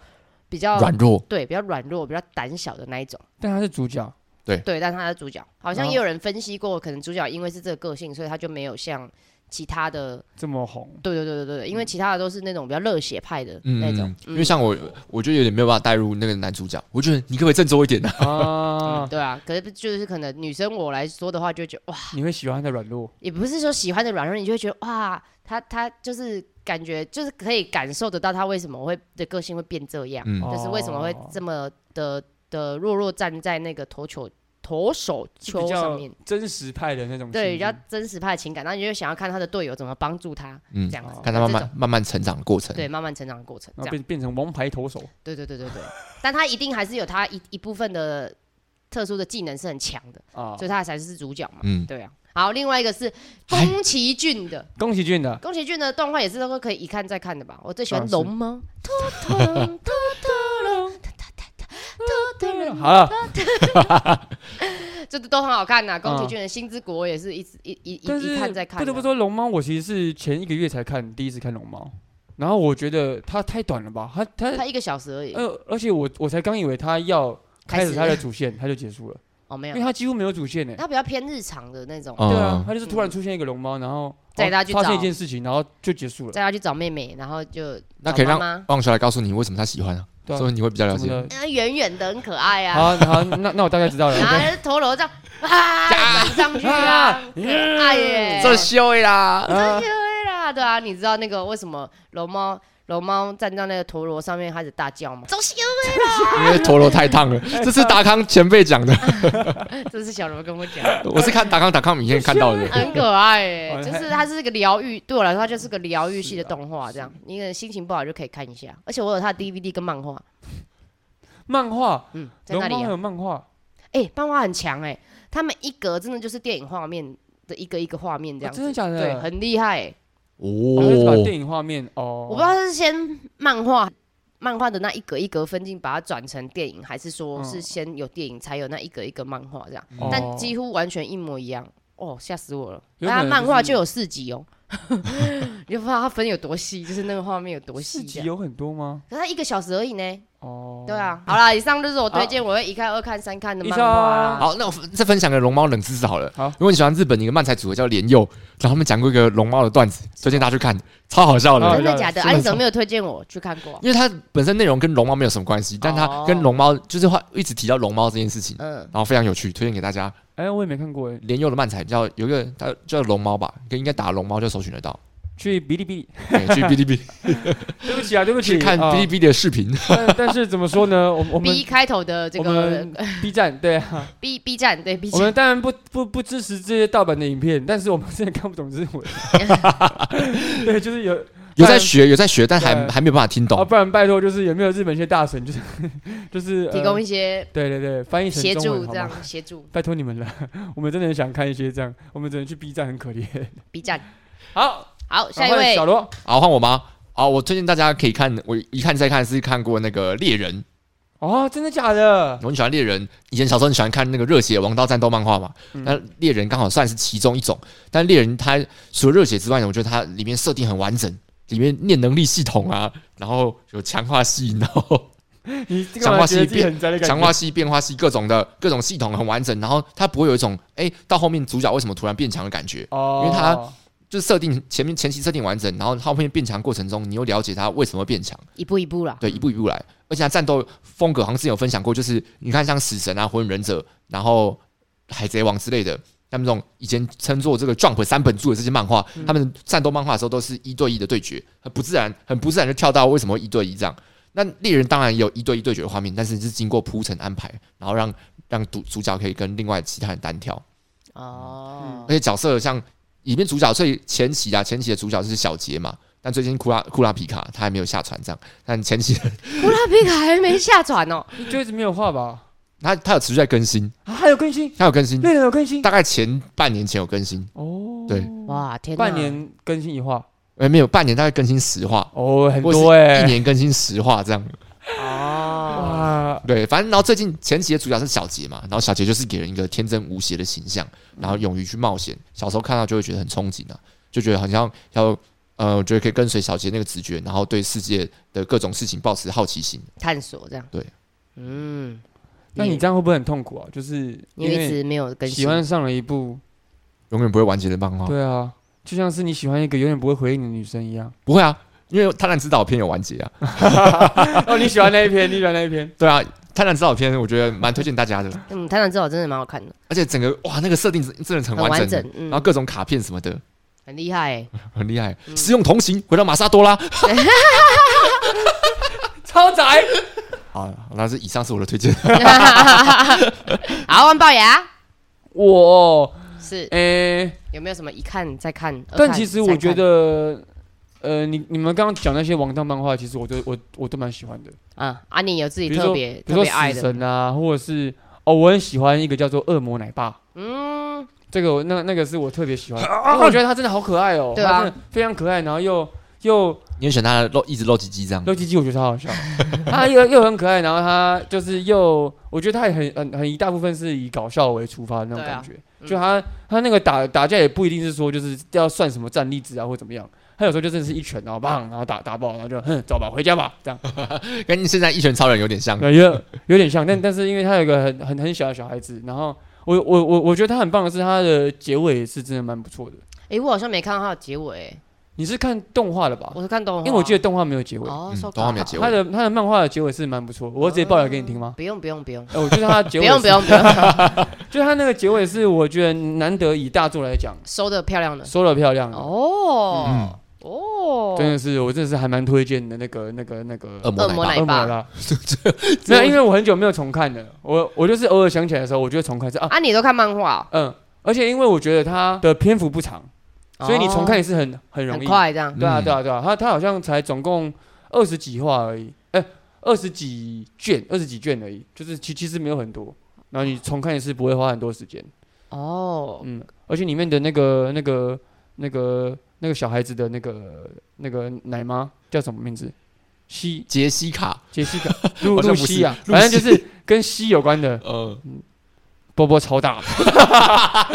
S3: 比较
S1: 软弱。
S3: 对，比较软弱、比较胆小的那一种。
S2: 但他是主角，
S3: 对，但他的主角好
S2: 然
S3: 像
S1: 哦
S2: 后
S3: 也有人分析过，可能主角因为是这个个性，所以他就没有像其他的，
S2: 这么红，
S3: 对对对对对，因为其他的都是那种比较热血派的那种
S1: 嗯，，因为像我，我就有点没有办法带入那个男主角。我觉得你可不可以振作一点呢、
S3: 嗯
S2: 啊，
S3: 对啊，可是就是可能女生我来说的话，就会觉得哇，
S2: 你会喜欢他的软弱，
S3: 也不是说喜欢的软弱，你就会觉得哇，他他就是感觉就是可以感受得到他为什么会的个性会变这样，
S1: 嗯，
S3: 就是为什么会
S2: 哦
S3: 这么的的弱弱站在那个投球投手
S2: 是比
S3: 球上
S2: 较
S3: 面。
S2: 真实派的
S1: 嗯
S2: 那种心境，
S3: 对，比较真实派的情感，然后你就想要看他的队友怎么帮助他，
S1: 嗯
S3: 这样子，
S1: 看他慢嗯啊
S3: 这
S1: 慢
S3: 种
S1: 慢慢成长的过程。
S3: 对慢慢成长的过程，
S2: 然
S3: 这
S2: 后变
S3: 样，
S2: 变成王牌投手，
S3: 对对对对 <laughs> 对，但他一定还是有他一一部分的特殊的技能是很强的，
S2: 啊
S3: 所以，他才是主角嘛，
S1: 哦嗯，哎
S3: 对啊。好，另外一个是宫崎骏的，
S2: 宫崎骏的
S3: 宫崎骏的动画也是都可以一看再看的吧？我最喜
S2: 啊
S3: 欢
S2: 是 <laughs>
S3: 龙猫，
S2: 好了，
S3: <laughs> 这都很好看呐。宫崎骏的《星之国》也是一直一一一
S2: 但
S3: 一
S2: 是
S3: 看再看
S2: 不
S3: 的，
S2: 得不说，龙猫我其实是前一个月才看，第一次看龙猫，然后我觉得它太短了吧，它它
S3: 他一个小时而已。
S2: 呃，而且我我才刚以为它要开
S3: 开
S2: 始
S3: 始
S2: 它的主线，它就结束了，
S3: 哦，没
S2: 因
S3: 有
S2: 为，它几乎没有主线呢。
S3: 他比较偏日常的那种，
S1: 嗯
S2: 对啊，它就是突然出现一个龙猫，然后哦
S3: 带大家去
S2: 发现一
S3: 找
S2: 件事情，然后就结束了。
S3: 带他去找妹妹，然后就
S1: 那可以让
S3: 找妈啊妈
S1: 望秋来告诉你为什么他喜欢啊，
S2: 对啊
S1: 所以你会比较了
S2: 什么
S1: 解。
S2: 的。
S3: 呃圆圆的很可爱啊，
S2: 好好，那那我大概知道了。
S3: <laughs> 然后
S2: 对
S3: 那陀螺这样
S2: <laughs>
S3: 啊，满上去啊，
S2: 啊
S3: 很可爱耶，
S1: 这修啦，
S2: 啊
S3: 对啦，对啊，你知道那个为什么龙猫龙猫站在那个陀螺上面开始大叫吗？周星，
S1: 因为陀螺太烫了，这是达康前辈讲的，
S3: <laughs>
S2: <laughs>
S3: 这是小罗跟我讲，
S1: 我是看达康达康影片看到的。
S3: <laughs> 很可爱耶
S2: <laughs> 哦，
S3: 就是它是一个疗愈，对我来说它就是个疗愈系的动
S2: 啊
S3: 画，这样你可能心情不好就可以看一下，而且我有它
S2: 嗯
S3: 的 DVD 跟漫画，
S2: 漫画，
S3: 嗯，在
S2: 龙
S3: 那
S2: 猫
S3: 里
S2: 还
S3: 啊，
S2: 有漫画，
S3: 哎，漫画很强哎，他们一格真的就是电影画面的一个一个画面
S2: 啊
S3: 这样
S2: 真的
S3: 子，
S2: 假的？
S3: 对，很厉害哎。
S2: 哦它是把
S1: 哦，
S2: 电影画面哦，
S3: 我不知道他是先漫画，漫画的那一格一格分镜把它转成电影，还是说
S2: 嗯
S3: 是先有电影才有那一格一格漫画这样？
S2: 哦，
S3: 但几乎完全一模一样。哦，吓死我了！
S2: 有可能
S3: 那漫画
S2: 就是
S3: 就有四集哦， <laughs> 你就不知道它分有多细，就是那个画面有多细
S2: 四
S3: 这
S2: 集
S3: 样。
S2: 有很多吗？
S3: 可是它一个小时而已呢。
S2: 哦，
S3: 对，啊，好啦，以上就是我推荐我会一看、二看、三看的漫画
S2: 以
S3: 啦。
S1: 好，那我再分享个龙猫冷知识好了。
S2: 好
S1: 如果你喜欢日本一个漫才组合叫莲佑，然后他们讲过一个龙猫的段子，推荐大家去看，超好笑
S2: 好
S1: 的
S3: 真。的假的？
S1: 真
S3: 啊，
S1: 的
S3: 你怎么没有推荐我去看过？啊
S1: 因为它本身内容跟龙猫没有什么关系，但
S2: 哦
S1: 它跟龙猫就是话一直提到龙猫这件事情，
S3: 嗯，
S1: 然后非常有趣，推荐给大家。
S2: 哎，我也没看过哎，
S1: 莲佑的漫才叫有一个，它叫龙猫吧，应该打龙猫就搜寻得到。
S2: 去哔哩哔哩，
S1: 对去 <laughs> 哔哩哔哩
S2: <laughs> 对不起啊，对不起，
S1: 去看
S2: 啊
S1: 哔哩哔哩的视频， <laughs>
S2: 但但是怎么说呢？我我们
S3: B 开头的这
S2: 我
S3: 个
S2: 们 B 站对啊，
S3: B B 站对 B
S2: 我
S3: 站
S2: 们当然不不不支持这些盗版的影片，但是我们真的看不懂日文。 <laughs> 对，就是有
S1: 有在学有在学，但还
S2: 对
S1: 还没有办法听
S2: 啊，
S1: 懂。
S2: 不然拜托，就是有没有日本一些大神，就是 <laughs> 就是呃
S3: 提供一些
S2: 对对对翻译成
S3: 协
S2: 呃中文
S3: 助，
S2: 好
S3: 这
S2: 吗？
S3: 样协助
S2: 拜托你们了，我们真的很想看一些这样，我们只能去 B 站，很可怜。
S3: B 站。
S2: 好，
S3: 好，下
S2: 赶
S3: 一
S2: 快
S3: 位
S2: 小罗
S1: 好，换我吗？好，我推荐大家可以看，我一看再看是看过那个猎人，
S2: 哦，真的假的？
S1: 我很喜欢猎人。以前小时候很喜欢看那个热血王道战斗漫画嘛，
S2: 嗯
S1: 那猎人刚好算是其中一种。但猎人它除了热血之外呢，我觉得它里面设定很完整，里面念能力系统啊，然后有强化系，然后
S2: 你这个
S1: 讲话
S2: 觉得
S1: 是
S2: 自己很宅的感觉。
S1: 强化系、变化系各种的各种系统很完整，然后它不会有一种哎、诶到后面主角为什么突然变强的感觉，
S2: 哦，
S1: 因为他就是设定前面前期设定完整，然后后面变强过程中，你又了解他为什么变强，
S3: 一步一步啦。
S1: 对，一步一步来。而且他战斗风格好像之前有分享过，就是你看像死神啊、火影忍者，然后海贼王之类的，他们这种以前称作这个 Jump 三本柱的这些漫画，他们战斗漫画的时候都是一对一的对决，很不自然，很不自然就跳到为什么会一对一这样。那猎人当然也有一对一对决的画面，但是是经过铺陈安排，然后让让主主角可以跟另外其他人单挑。
S3: 哦 <laughs>
S1: 而，且角色像里面主角最前期啊，前期的主角就是小杰嘛，但最近库拉库拉皮卡他还没有下船这样，但前期的
S3: 乌拉皮卡还没下船哦，
S2: <laughs> 就一直没有画吧？
S1: 他他有持续在更新，
S2: 啊，还有更新，
S1: 他有更新，
S2: 猎人有更新
S1: 大概前半年前有更新，
S2: 哦，
S1: 对，
S3: 哇，天哪，
S2: 半年更新一画，
S1: 呃没有半年大概更新十话，
S2: 哦，很
S1: 或是
S2: 多哎，
S1: 一年更新十话这样，
S3: 哦，
S2: 哇，
S1: 对，反正然后最近前期的主角是小杰嘛，然后小杰就是给人一个天真无邪的形象，然后勇于去冒险，小时候看到就会觉得很憧憬啊，就觉得好像要。呃，我觉得可以跟随小杰那个直觉，然后对世界的各种事情保持好奇心。
S3: 探索这样，
S1: 对，
S3: 嗯，
S2: 那你这样会不会很痛苦啊？就是
S3: 你
S2: 因
S3: 一
S2: 为
S3: 直没有更
S2: 喜
S3: 新，
S2: 欢上了一部，
S1: 永远不会完结的漫画。
S2: 对啊，就像是你喜欢一个永远不会回应你的女生一样。
S1: 不会啊，因为《贪婪指导篇》有完结啊。
S2: <laughs> 哦，你喜欢那一篇，你喜欢那一篇，
S1: 对啊，《贪婪指导篇》我觉得蛮推荐大家的，
S3: 嗯，探长之岛真的蛮好看的，
S1: 而且整个哇，那个设定真的很
S3: 很
S1: 完整，
S3: 完整，嗯
S1: 然后，各种卡片什么的
S3: 很厉害
S2: <laughs>
S3: 欸，
S1: 很厉害。
S3: 嗯
S1: 使用同行回到马萨多拉。
S2: <laughs> 超宅。
S1: 好，那是以上是我的推荐。
S3: 好，万龅牙
S2: 我
S3: 是
S2: 诶、
S3: 有没有什么一看再看？
S2: 但其实我觉
S3: 二
S2: 得，呃，你你们刚刚讲那些王道漫画，其实我都我我都蛮喜欢的，
S3: 看，啊，啊，你有自己
S2: 比如说
S3: 特别
S2: 比如
S3: 特
S2: 说
S3: 别爱
S2: 死
S3: 的，
S2: 神啊，或者是哦，我很喜欢一个叫做恶魔奶爸，
S3: 嗯，
S2: 这个我那那个是我特别喜欢，因为我觉得他真的好可爱哦，
S3: 对啊，
S2: 非常可爱，然后又又
S1: 你会选他露一直露鸡鸡这样？
S2: 六七七，我觉得他好笑，他又又很可爱，然后他就是又，我觉得他也很很很一大部分是以搞笑为出发的那种
S3: 对啊
S2: 感觉，
S3: 嗯
S2: 就他他那个打打架也不一定是说就是要算什么战力值啊或怎么样，他有时候就真的是一拳然后棒然后打打爆然后就哼走吧回家吧这样，
S1: 跟现在一拳超人有点像。
S3: 哦
S2: 对，有有点像，但但是因为他有一个很很很小的小孩子，然后我我我我觉得他很棒的是他的结尾是真的蛮不错的，
S3: 诶，我好像没看到它的结尾欸，
S2: 你是看动画的吧？
S3: 我是看动画，
S2: 啊因为我记得动画没有结尾，
S3: 哦，
S1: 嗯
S3: 收
S1: 动画没有结尾
S2: 他的他的漫画的结尾是蛮不错，我直接爆料给你听吗？
S3: 不用不用不用
S2: 哎、我觉得他的结
S3: 哦 <laughs> 不
S2: 尾
S3: 用
S2: 是
S3: 不用不用，
S2: <laughs> 就他那个结尾是我觉得难得以大作来讲
S3: 收的漂亮的
S2: 收的漂亮的，
S3: 哦
S1: 嗯，
S3: 哦，
S2: 真的是我真的是还蛮推荐的那个那个那个
S1: 恶魔
S3: 恶魔
S1: 奶
S3: 奶
S1: 爸，
S2: 恶魔啦，
S3: <laughs>
S2: 没有，因为我很久没有重看了，我我就是偶尔想起来的时候，我就会重看一次啊，
S3: 啊，你都看漫画
S2: 嗯，而且因为我觉得它的篇幅不长，
S3: 哦，
S2: 所以你重看也是很很容
S3: 很
S2: 易，
S3: 快这样，
S2: 对啊
S1: 嗯
S2: 对啊对啊，它它好像才总共二十几话而已，哎、二十几卷，二十几卷而已，就是其其实没有很多，然后你重看也是不会花很多时间。
S3: 哦，
S2: 嗯，而且里面的那个、那个、那个、那个小孩子的那个、那个奶妈叫什么名字？西
S1: 杰西卡，
S2: 杰西
S1: <laughs>
S2: 卡露
S1: 好像不
S2: 露
S1: 是
S2: 西啊，
S1: 露西
S2: 反正就是跟西有关的，
S1: 呃，
S2: 波波超
S1: <laughs>
S2: 大的。
S1: 啊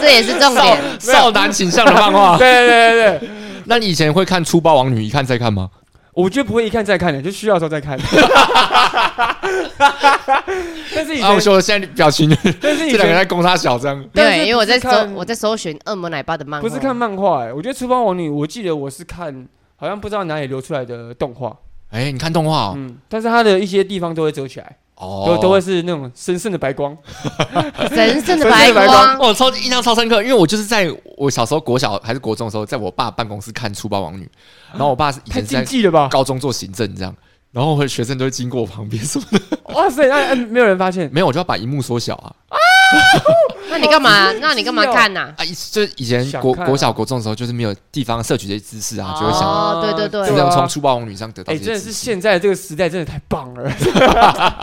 S3: 这也是重点，
S1: 少少男倾向的漫画。 <laughs>
S2: 对对对对，
S1: 那你以前会看《粗暴王女》一看再看吗？
S2: 我觉得不会一看再看的，就需要的时候再看。 <laughs> 但是以
S1: 啊，我
S2: 前，嗯
S1: 说我现在表情，这
S2: 但 <laughs> 是以
S1: 两个人
S2: 前
S1: 在攻他小这
S2: <laughs>
S1: 样。
S2: 但是
S3: 对，因为我在搜
S2: 不是看
S3: 我在搜寻恶魔奶爸的漫画，
S2: 不是看漫画哎，我觉得《厨房王女》，我记得我是看，好像不知道哪里流出来的动画，
S1: 哎，你看动画哦
S2: 嗯，但是它的一些地方都会遮起来，都
S1: 哦，
S2: 都会是那种神圣的白光。
S3: 神圣的
S2: 神
S3: 白
S2: 圣的白
S3: 光，
S1: 我哦超印象超深刻，因为我就是在我小时候国小还是国中的时候，在我爸办公室看《粗暴王女》，然后我爸是以
S2: 太
S1: 前是
S2: 禁
S1: 在
S2: 忌了吧？
S1: 高中做行政这样，然后学生都会经过我旁边什么的，
S2: 哇塞，那、那没有人发现，
S1: 没有我就要把荧幕缩小啊
S3: 那你干
S2: 哦
S3: 嘛？那你干嘛看呐？
S1: 啊！以就是以前
S2: 想
S1: 国
S2: 看啊
S1: 国小国中的时候，就是没有地方摄取这些知识啊，就会想
S3: 哦对对对
S1: 真的
S2: 啊
S1: 从《粗暴王女》上得到
S2: 哎、
S1: 这
S2: 真
S1: 些
S2: 的是
S1: 知识。
S2: 现在这个时代真的太棒了，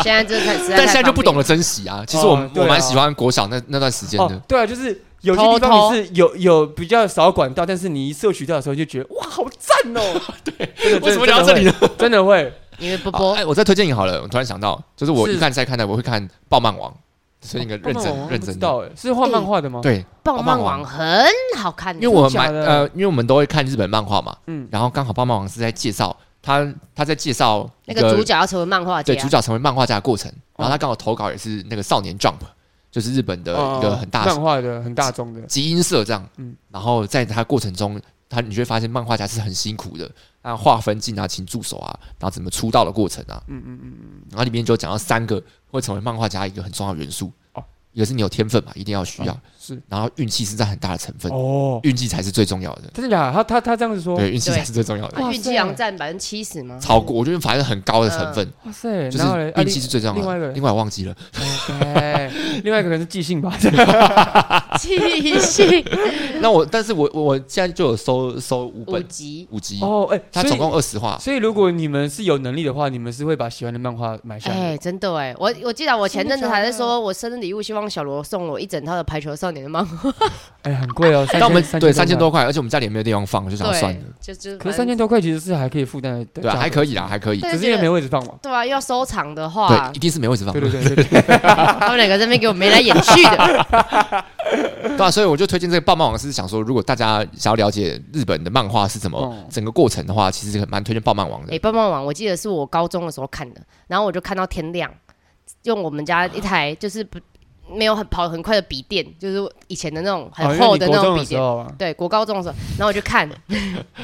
S3: 现在这看，实在
S1: 但现在就不懂
S3: 了。
S1: 得珍惜啊！其实我
S2: 哦对
S1: 我
S2: 啊
S1: 蛮喜欢国小那那段时间
S2: 哦
S1: 的，，
S2: 对啊，就是有些地
S3: 偷
S2: 方你是有有比较少管道，但是你一摄取到的时候就觉得哇，好赞
S1: <laughs>
S2: 哦、对，
S1: 为什么聊到这里呢？
S2: 真的会？
S3: 因为波
S1: 好
S3: 波
S1: 哎，我再推荐你好了，我突然想到，就是我
S2: 是哦
S1: 一看再看的，我会看《暴漫王》，所以那个 <laughs> 认
S2: 真的会？
S1: 真认
S2: 不知
S1: 真的
S2: 道哎、是画漫画的吗？，
S1: 对。
S3: 棒
S1: 棒
S3: 棒
S1: 王
S3: 王很好看，
S1: 哦因为我
S2: 嗯真的假
S1: 蛮
S2: 的
S1: 呃，因为我们都会看日本漫画嘛，
S2: 嗯，
S1: 然后刚好棒棒王是在介绍他他在介绍一
S3: 那个主角要成为漫画家，
S1: 对主角成为漫画家的过程，
S2: 啊哦
S1: 然后他刚好投稿也是那个少年 Jump，就是日本的呃一个很大
S2: 哦漫画的很大众的，
S1: 集英社这样，
S2: 嗯
S1: 然后在它过程中，他你就会发现漫画家是很辛苦的，那划分镜啊、请助手啊，然后怎么出道的过程啊，
S2: 嗯嗯嗯，
S1: 然后里面就讲到三个会成为漫画家一个很重要的元素，
S2: 哦
S1: 一个是你有天分嘛，一定要需要，
S2: 哦是
S1: 然后运气是占很大的成分，
S2: 哦，
S1: 运气才是最重要的，
S2: 真的假的？他他他这样子说，
S1: 对，运气
S3: 对
S1: 才是最重要的，
S2: 哇
S3: 啊运气
S2: 塞
S3: 洋占百分之七十吗？
S1: 超过我觉得反正很高的成分，
S2: 哇塞，
S1: 就
S2: 嗯然后嘞啊
S1: 是运气是最重
S2: 另
S1: 要
S2: 外一个
S1: 的，
S2: 人
S1: 另外我忘记了，
S2: 哎，另外一个可能是即兴吧，
S1: <laughs>
S3: 七性
S1: 那我但是我我我现在就有收收五
S3: 五
S1: 本 <laughs>
S3: 级，
S1: 五集，
S2: <laughs> 哦，哎，
S1: 它
S2: 所以
S1: 总共二十话，
S2: 所以如果你们是有能力的话，你们是会把喜欢的漫画买下来的。
S3: 哎、真的哎，我我记得我前阵
S2: 真
S3: 子
S2: 的假
S3: 还
S2: 的
S3: 在说，我生日礼物希望小罗送我一整套的《排球少年》的漫画，
S2: 哎，很贵哦，三
S1: 但我们
S2: 千
S1: 对三千多。块，而且我们家里也没有地方放，我就想要算
S3: 对
S1: 了。，
S3: 就就
S2: 块可是三
S3: 反正
S2: 千多块其实是还可以负担的，
S1: 对、啊，还
S2: 以，
S1: 可以啦，还可以。
S3: 对
S2: 只是因为没位置放嘛。
S3: 对啊，要收藏的话
S1: 对，一，定是没位置放
S2: 对
S1: 的。
S2: 对对对对，
S3: 他们两个这边给我眉来眼去的，
S1: 对啊，所以我就推荐这个棒棒网是想说，如果大家想要了解日本的漫画是怎么
S2: 嗯
S1: 整个过程的话，其实蛮推荐棒棒网
S3: 哎、
S1: 的。
S3: 棒棒网，我记得是我高中的时候看的，然后我就看到天亮，用我们家一台就是不没有很跑很快的笔电，就是以前的那种
S2: 哦
S3: 很厚的那种笔
S2: 时
S3: 电。
S2: 候啊，
S3: 对，国高中的时候，然后我就看，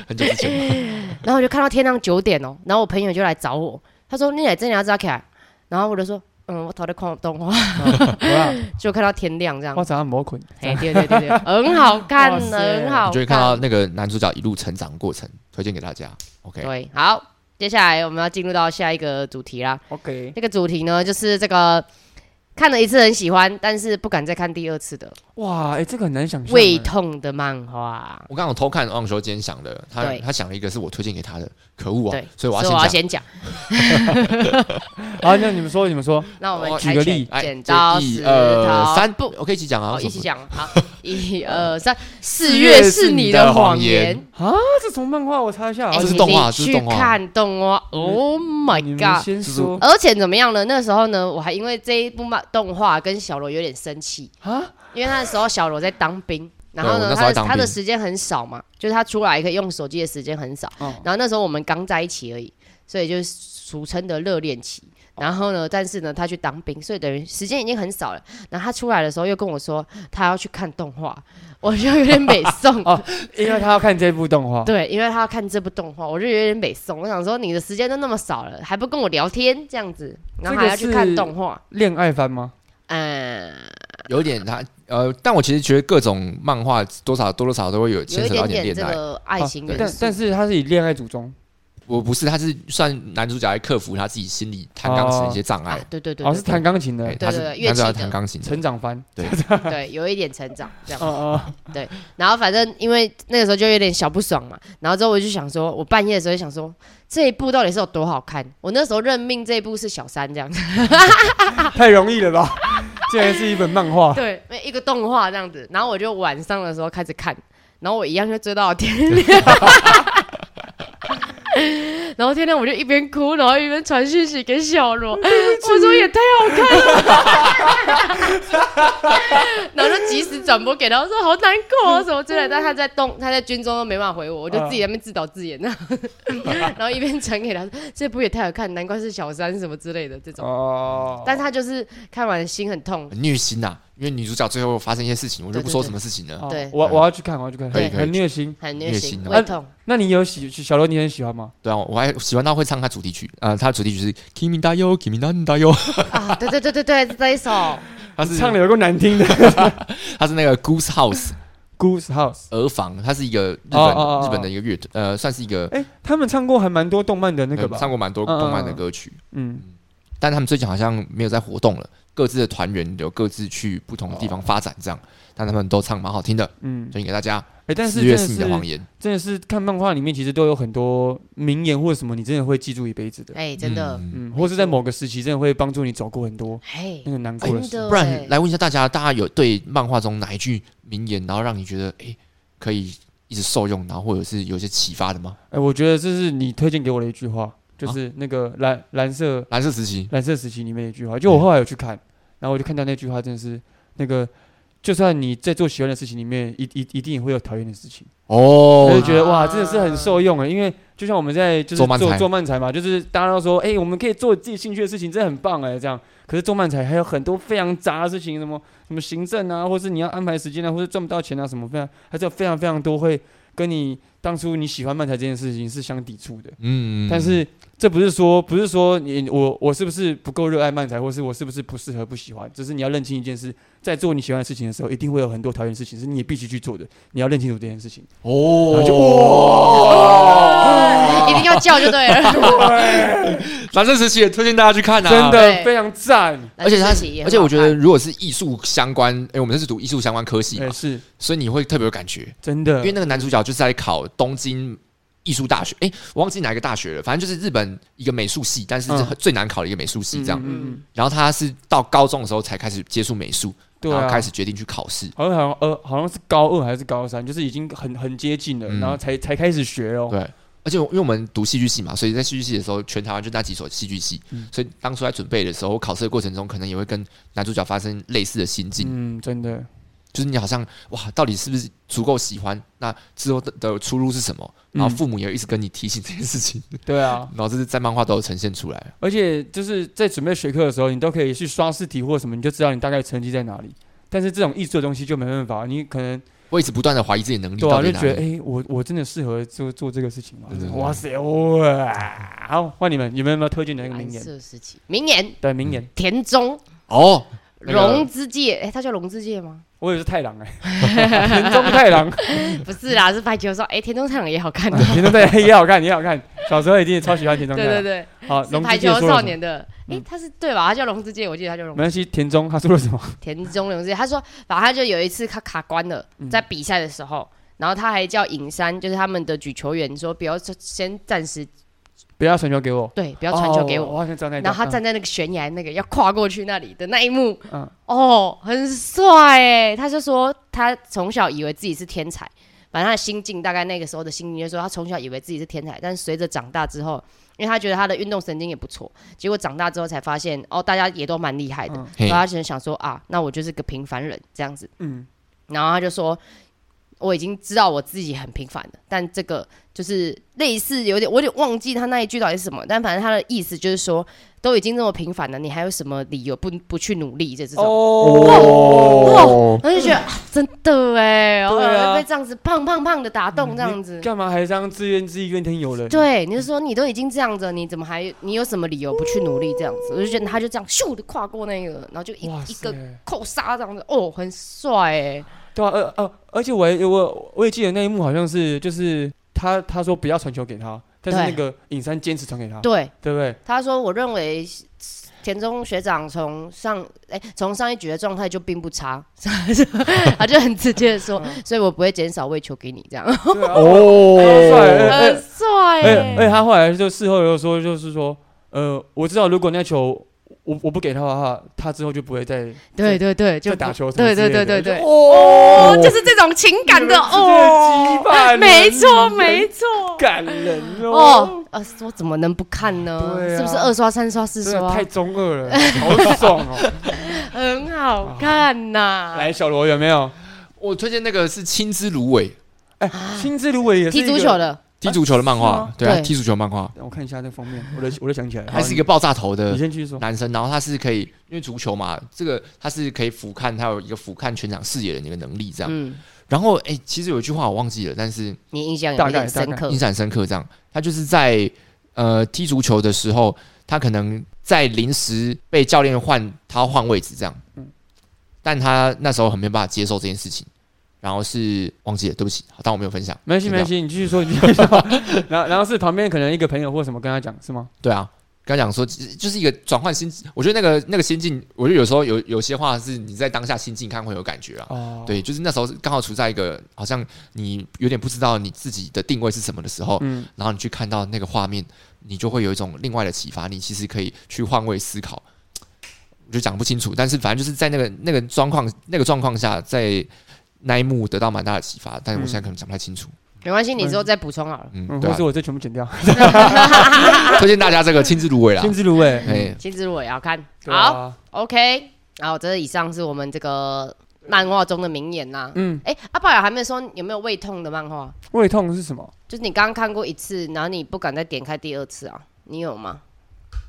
S1: 很久之前，
S3: 然后我就看到天亮九点哦，然后我朋友就来找我，他说你来真的要扎起来，然后我就说嗯，我头在看动画， <laughs>
S2: 哇，
S3: 就看到天亮这样
S2: 我。早上没困，
S3: 哎，对对对对，很好看
S2: 哇，塞
S3: 很
S1: 你
S3: 好看。
S1: 就会看到那个男主角一路成长的过程，推荐给大家。OK，
S3: 对，好，接下来我们要进入到下一个主题啦。
S2: OK，
S3: 这个主题呢，就是这个看了一次很喜欢，但是不敢再看第二次的
S2: 哇，哎，这个很难想象。
S3: 胃痛的漫画。
S1: 我刚刚有偷看王修今天想的，他
S3: 对
S1: 他想了一个是我推荐给他的，可恶啊
S3: 对！
S1: 所以我
S3: 所
S1: 要
S3: 以我要
S1: 先讲。
S3: 先讲，
S2: 好，啊那你们说，你啊们说，
S3: 那我们
S1: 我
S2: 举个例
S1: 哎
S3: 剪刀
S1: 这一
S3: 石
S1: 二
S3: 头
S1: 三，
S3: 布，
S1: 我可以一起讲啊
S3: 好，，一
S1: 什
S3: 起
S1: 么 <laughs>
S3: 讲。好，一二三，四
S1: 四
S3: 月
S1: 月
S3: 是
S1: 是
S3: 你
S1: 你
S3: 的
S1: 的
S3: 谎
S1: 谎言哦
S3: 言。
S2: 那这从漫画我查一下啊
S3: 哎，
S1: 这是
S3: 你
S1: 动画这是
S3: 去
S1: 动画嗯
S3: 看动画，Oh
S2: 你
S3: my
S2: 们
S3: god！
S2: 先说
S3: 而且怎么样呢？那时候呢，我还因为这一部漫动画跟小罗有点生气，
S2: 啊，
S3: 因为那时候小罗在当兵，然后
S1: 哦对我
S3: 呢，
S1: 那时候
S3: 他的
S1: 在当
S3: 他的
S1: 兵
S3: 时间很少嘛，就是他出来可以用手机的时间很少。
S2: 哦
S3: 然后那时候我们刚在一起而已，所以就是俗称的热恋期。
S1: 哦
S3: 然后呢，但是呢，他去当兵，所以等于时间已经很少了。然后他出来的时候又跟我说他要去看动画， <laughs> 我就有点美
S1: <laughs>
S3: 送。
S2: 哦因为他要看这部动画，
S3: 对，因为他要看这部动画，我就有点美送。我想说你的时间都那么少了，还不跟我聊天这样子，然后还要去
S2: 这个
S3: 看
S2: 是
S3: 动画，
S2: 恋爱番吗？
S3: 嗯，
S1: 有一点他呃，但我其实觉得各种漫画多少多多少少都会有
S3: 有
S1: 牵
S3: 一
S1: 扯到
S3: 点
S1: 一点
S3: 点这
S1: 恋爱。哦
S3: 个爱情元
S2: 啊但
S3: 素。
S2: 但是他是以恋爱组装，
S1: 我不是，他是算男主角来克服他自己心里弹钢琴的一些障
S3: 啊
S1: 碍。，
S3: 对对对
S2: 哦，是
S3: 对
S2: 弹钢琴的
S1: 哎，
S3: 对
S1: 他是
S3: 对对
S1: 男主
S3: 啊乐
S1: 角
S3: 器的
S1: 弹钢琴的，
S2: 成长番，
S3: 对，对有一点成长这样
S2: 哦。哦，
S3: 然后反正因为那个时候就有点小不爽嘛，然后之后我就想说，我半夜的时候就想说，这一部到底是有多好看？我那时候任命这一部是小三这样子，啊
S2: 太容易了吧？ <laughs> 竟然是一本漫
S3: <laughs>
S2: 画，
S3: 对，一个动画这样子。然后我就晚上的时候开始看，然后我一样就追到了天亮， <laughs> 然后天亮我就一边哭，然后一边传讯息给小罗，我说也太好看了， <laughs> 然后就及时转播给他，我说好难过啊什么之类的。但他在动，他在军中都没办法回我，我就自己在那边自导自演 <laughs> 那然后一边传给他，这部也太好看，难怪是小三什么之类的这种。
S2: 哦，
S3: 但他就是看完心很痛，
S1: 很虐心呐、因为女主角最后发生一些事情，我就不说什么事情了。
S2: 哦
S3: 对
S2: 我我要去看，我要去看，
S1: 可以可以
S2: 很虐心。
S3: 很虐
S1: 虐
S3: 心，哦
S1: 心啊
S3: 胃
S2: 啊
S3: 痛。
S2: 那你有喜小罗，你很喜欢吗？
S1: 对啊，我还喜欢她会唱她主题曲，呃，她的主题曲是《Kimi da yo Kimi nan da <laughs> yo》，
S3: 啊， <laughs> 对对对对对，是这一首，
S1: 她是
S2: 唱的有够难听的
S1: 她是那个 Goose House
S2: Goose House。
S1: 鹅房，她是一个日本
S2: 哦哦哦哦
S1: 日本的一个乐团，呃，算是一个
S2: 哎，他们唱过还蛮多动漫的那个
S1: 呃
S2: 吧？
S1: 唱过蛮多
S2: 嗯嗯
S1: 动漫的
S2: 嗯
S1: 歌曲，
S2: 嗯，
S1: 但他们最近好像没有在活动了，各自的团员有各自去不同的地方发展这样，但他们都唱蛮好听的，
S2: 嗯
S1: 推荐给大家。
S2: 哎，但是
S1: 四
S2: 真
S1: 月
S2: 的
S1: 是你的谎
S2: 是
S1: 言，
S2: 真的是看漫画里面，其实都有很多名言或者什么，你真的会记住一辈子的。
S3: 哎，真的，
S1: 嗯
S2: 嗯，或是在某个时期，真的会帮助你走过很多
S3: 哎
S2: 那，个难过
S3: 真
S2: 的时候。
S3: 的，
S1: 不然来问一下大家，大家有对漫画中哪一句名言，然后让你觉得哎、诶可以一直受用，然后或者是有一些启发的吗？
S2: 哎，我觉得这是你推荐给我的一句话，就是那
S1: 啊
S2: 个蓝蓝色
S1: 蓝色时期，
S2: 蓝色时期里面的一句话，就我后来有去看，然后我就看到那句话真的是那个，就算你在做喜欢的事情里面，一一一定也会有讨厌的事情，我就
S1: 哦，
S2: 觉得哇，真的是很受用啊！因为就像我们在就是
S1: 做漫
S2: 做
S1: 才
S2: 做漫才嘛，就是大家都说，哎、我们可以做自己兴趣的事情，真的很棒哎，这样。可是动漫才还有很多非常杂的事情，什么什么行政啊，或是你要安排时间啊，或是赚不到钱啊，什么非常还是有非常非常多会跟你当初你喜欢漫才这件事情是相抵触的。
S1: 嗯
S2: 但是这不是说不是说你我我是不是不够热爱漫才，或是我是不是不适合不喜欢，只是你要认清一件事，在做你喜欢的事情的时候，一定会有很多讨厌的事情是你也必须去做的，你要认清楚这件事情。
S1: 哦，
S2: 然后就
S1: 哇
S3: 一定要叫就对 <laughs> 了。
S1: 蓝色时期也推荐大家去看啊，
S2: 真的
S3: 对
S2: 非常赞，
S1: 而且它
S3: 自己也，很
S1: 而且我觉得
S3: 好
S1: 如果是艺术相关，哎、我们这是读艺术相关科系
S2: 也
S1: 嘛，
S2: 哎是
S1: 所以你会特别有感觉，
S2: 真的
S1: 因为。那个男主角就是在考东京艺术大学，哎、我忘记哪一个大学了，反正就是日本一个美术系，但是是
S2: 嗯
S1: 很最难考的一个美术系这样。
S2: 嗯嗯嗯
S1: 然后他是到高中的时候才开始接触美术，
S2: 对
S1: 然后
S2: 啊，
S1: 开始决定去考试。
S2: 好像好像呃，好像是高二还是高三，就是已经很很接近了，
S1: 嗯
S2: 然后才才开始学哦。
S1: 对，啊而且我因为我们读戏剧系嘛，所以在戏剧系的时候，全台湾就那几所戏剧系，
S2: 嗯
S1: 所以当初在准备的时候，我考试的过程中，可能也会跟男主角发生类似的心境，
S2: 嗯，真的，
S1: 就是你好像哇，到底是不是足够喜欢？那之后的的出路是什么？然后
S2: 嗯
S1: 父母也一直跟你提醒这件事情，
S2: 对啊，
S1: 然后这是在漫画都有呈现出来。
S2: 而且就是在准备学课的时候，你都可以去刷试题或什么，你就知道你大概成绩在哪里。但是这种艺术的东西就没办法，你可能
S1: 我一直不断的怀疑自己的能力
S2: 对
S1: 到
S2: 啊，
S1: 底
S2: 就
S1: 在哪
S2: 觉得
S1: 里。
S2: 哎、我我真的适合做做这个事情吗
S1: 对对？对
S2: 哇塞，哇！好，换你们，你们有没有推荐的那个
S3: 蓝
S2: 名言？
S3: 色时期，明年
S2: 对，名
S1: 嗯
S2: 言，
S3: 田中
S1: 哦，那个
S3: 龙之介，哎，他叫龙之介吗？ <laughs>
S2: 我以为是太郎哎、 <laughs> 田中太郎，
S3: 不是啦，是白球说，哎，田中太郎也
S2: <laughs>
S3: 好看的。
S2: 田中太郎也好看，也好看，小时候一定超喜欢田中太
S3: 对
S2: 郎。
S3: 对对，
S2: 对，好，
S3: 是
S2: 龙
S3: 排
S2: 之介
S3: 球
S2: 说了什
S3: 少
S2: 么
S3: 年的，哎、
S2: 嗯
S3: 他是对吧？他叫龙之介，我记得他叫龙
S2: 没关系，田中他说了
S3: <laughs>
S2: 什么？
S3: 田中龙之介。他说，反正他就有一次他卡关了，
S2: 嗯
S3: 在比赛的时候，然后他还叫尹山，就是他们的举球员说，不要先暂时
S2: 不要传球给我，
S3: 对，不
S2: 不
S3: 要传球给
S2: 哦我
S3: 我。
S2: 好像知道那一
S3: 然
S2: 段
S3: 后他站在那个悬崖那个要跨过去那里的那一幕，
S2: 嗯
S3: 哦，很帅哎！他就说他从小以为自己是天才，反正他的心境大概那个时候的心境就是说，他从小以为自己是天才，但是随着长大之后，因为他觉得他的运动神经也不错，结果长大之后才发现哦，大家也都蛮厉害的，
S2: 嗯
S1: 嘿
S3: 然后他只能想说啊，那我就是个平凡人这样子。
S2: 嗯
S3: 然后他就说，我已经知道我自己很平凡了，但这个就是类似有点，我有点忘记他那一句到底是什么，但反正他的意思就是说，都已经这么平凡了，你还有什么理由不 <laughs> 不去努力这这种？
S2: 哦，
S3: 我就觉得、啊真的哎，
S2: 对啊
S3: 我被这样子胖胖胖的打动，这样子
S2: 你。干嘛还这样自怨自艾怨天尤人？
S3: 对，你就说你都已经这样子了，你怎么还你有什么理由不去努力这样子？我就觉得他就这样咻的跨过那个，然后就一
S2: 哇
S3: 一
S2: 塞
S3: 个，扣杀这样子，哦，很帅哎，
S2: 对啊，呃呃，而且我还我我也记得那一幕好像是就是他他说不要传球给他，但是那个尹山坚持传给他，
S3: 对，
S2: 对不
S3: <laughs>
S2: 对？
S3: 他说：“我认为田中学长从上哎从上一局的状态就并不差， <laughs> 他就很直接的说，所以我不会减少喂球给你这样，
S2: 对啊，
S1: 哦，
S2: 哎
S3: <laughs> 很
S2: 哎
S3: 帅、欸。
S2: 哎，他后来就事后又说就是说，呃，我知道如果那球。我我不给他的话，他之后就不会再
S3: <laughs> 对对对，就
S2: 再打球什么
S3: 对
S2: 之类
S3: 对
S2: 的
S3: 对对对，
S2: 哦
S3: 哦，就是这种情感
S2: 你
S3: 的
S2: 们
S3: 哦
S2: 这些鸡巴人，
S3: <laughs> 没错没错。”
S2: 感人哦，
S3: 哦，呃，我怎么能不看呢？
S2: 对啊
S3: 是不是二刷、三刷、四
S2: 真的
S3: 刷
S2: 太，中二了，好爽哦！
S3: <laughs> 很好看呐、
S2: 来，小罗有没有？
S1: 我推荐那个是《青之芦苇》
S2: 哎，青之芦苇也是
S3: 啊踢
S2: 一个
S3: 足球，的，
S1: 踢足球的漫
S2: 是
S1: 画
S2: 吗，
S1: 对啊，
S3: 对
S1: 踢足球漫画，
S2: 我看一下那封面，我就我就想起来了，
S1: 还是一个爆炸头
S2: 好，你
S1: 的
S2: 你先继续说。
S1: 男生，然后他是可以因为足球嘛，这个他是可以俯瞰，他有一个俯瞰全场视野的那个能力这样。
S3: 嗯，
S1: 然后哎、其实有一句话我忘记了，但是
S3: 你印象
S2: 大
S3: 有
S2: 概
S3: 点深刻
S2: 嗯
S1: 印，象很深刻。这样，他就是在呃踢足球的时候，他可能在临时被教练换，他要换位置这样。
S2: 嗯
S1: 但他那时候很没办法接受这件事情，然后是忘记了，对不起，当我没有分享。
S2: 没关系，
S1: 就
S2: 没
S1: 这样
S2: 关。系，你继续说，你继续说。 <laughs> 然后，然后是旁边可能一个朋友或什么跟他讲，是吗？
S1: 对啊，刚讲说其实就是一个转换心，我觉得那个那个心境，我觉得有时候有有些话是你在当下心境看会有感觉啊。
S2: 哦，
S1: 对，就是那时候是刚好处在一个好像你有点不知道你自己的定位是什么的时候，
S2: 嗯，
S1: 然后你去看到那个画面，你就会有一种另外的启发，你其实可以去换位思考。我就讲不清楚，但是反正就是在那个那个状况那个状况下，在那一幕得到蛮大的启发，但是我现在可能讲不太清楚。
S3: 没关系，你之后再补充好了。
S1: 嗯，
S2: 嗯，
S1: 对
S2: 或
S1: 啊
S2: 是，我这全部剪掉。
S1: 推荐大家这个亲自芦苇啦
S2: 青。之芦苇，
S1: 哎，
S3: 金枝我也要看。
S2: 对啊
S3: 好，，OK，好，这以上是我们这个漫画中的名言呐、
S2: 嗯，
S3: 哎、阿爸有还没有说有没有胃痛的漫画？
S2: 胃痛是什么？
S3: 就是你刚刚看过一次，然后你不敢再点开第二次啊？你有吗？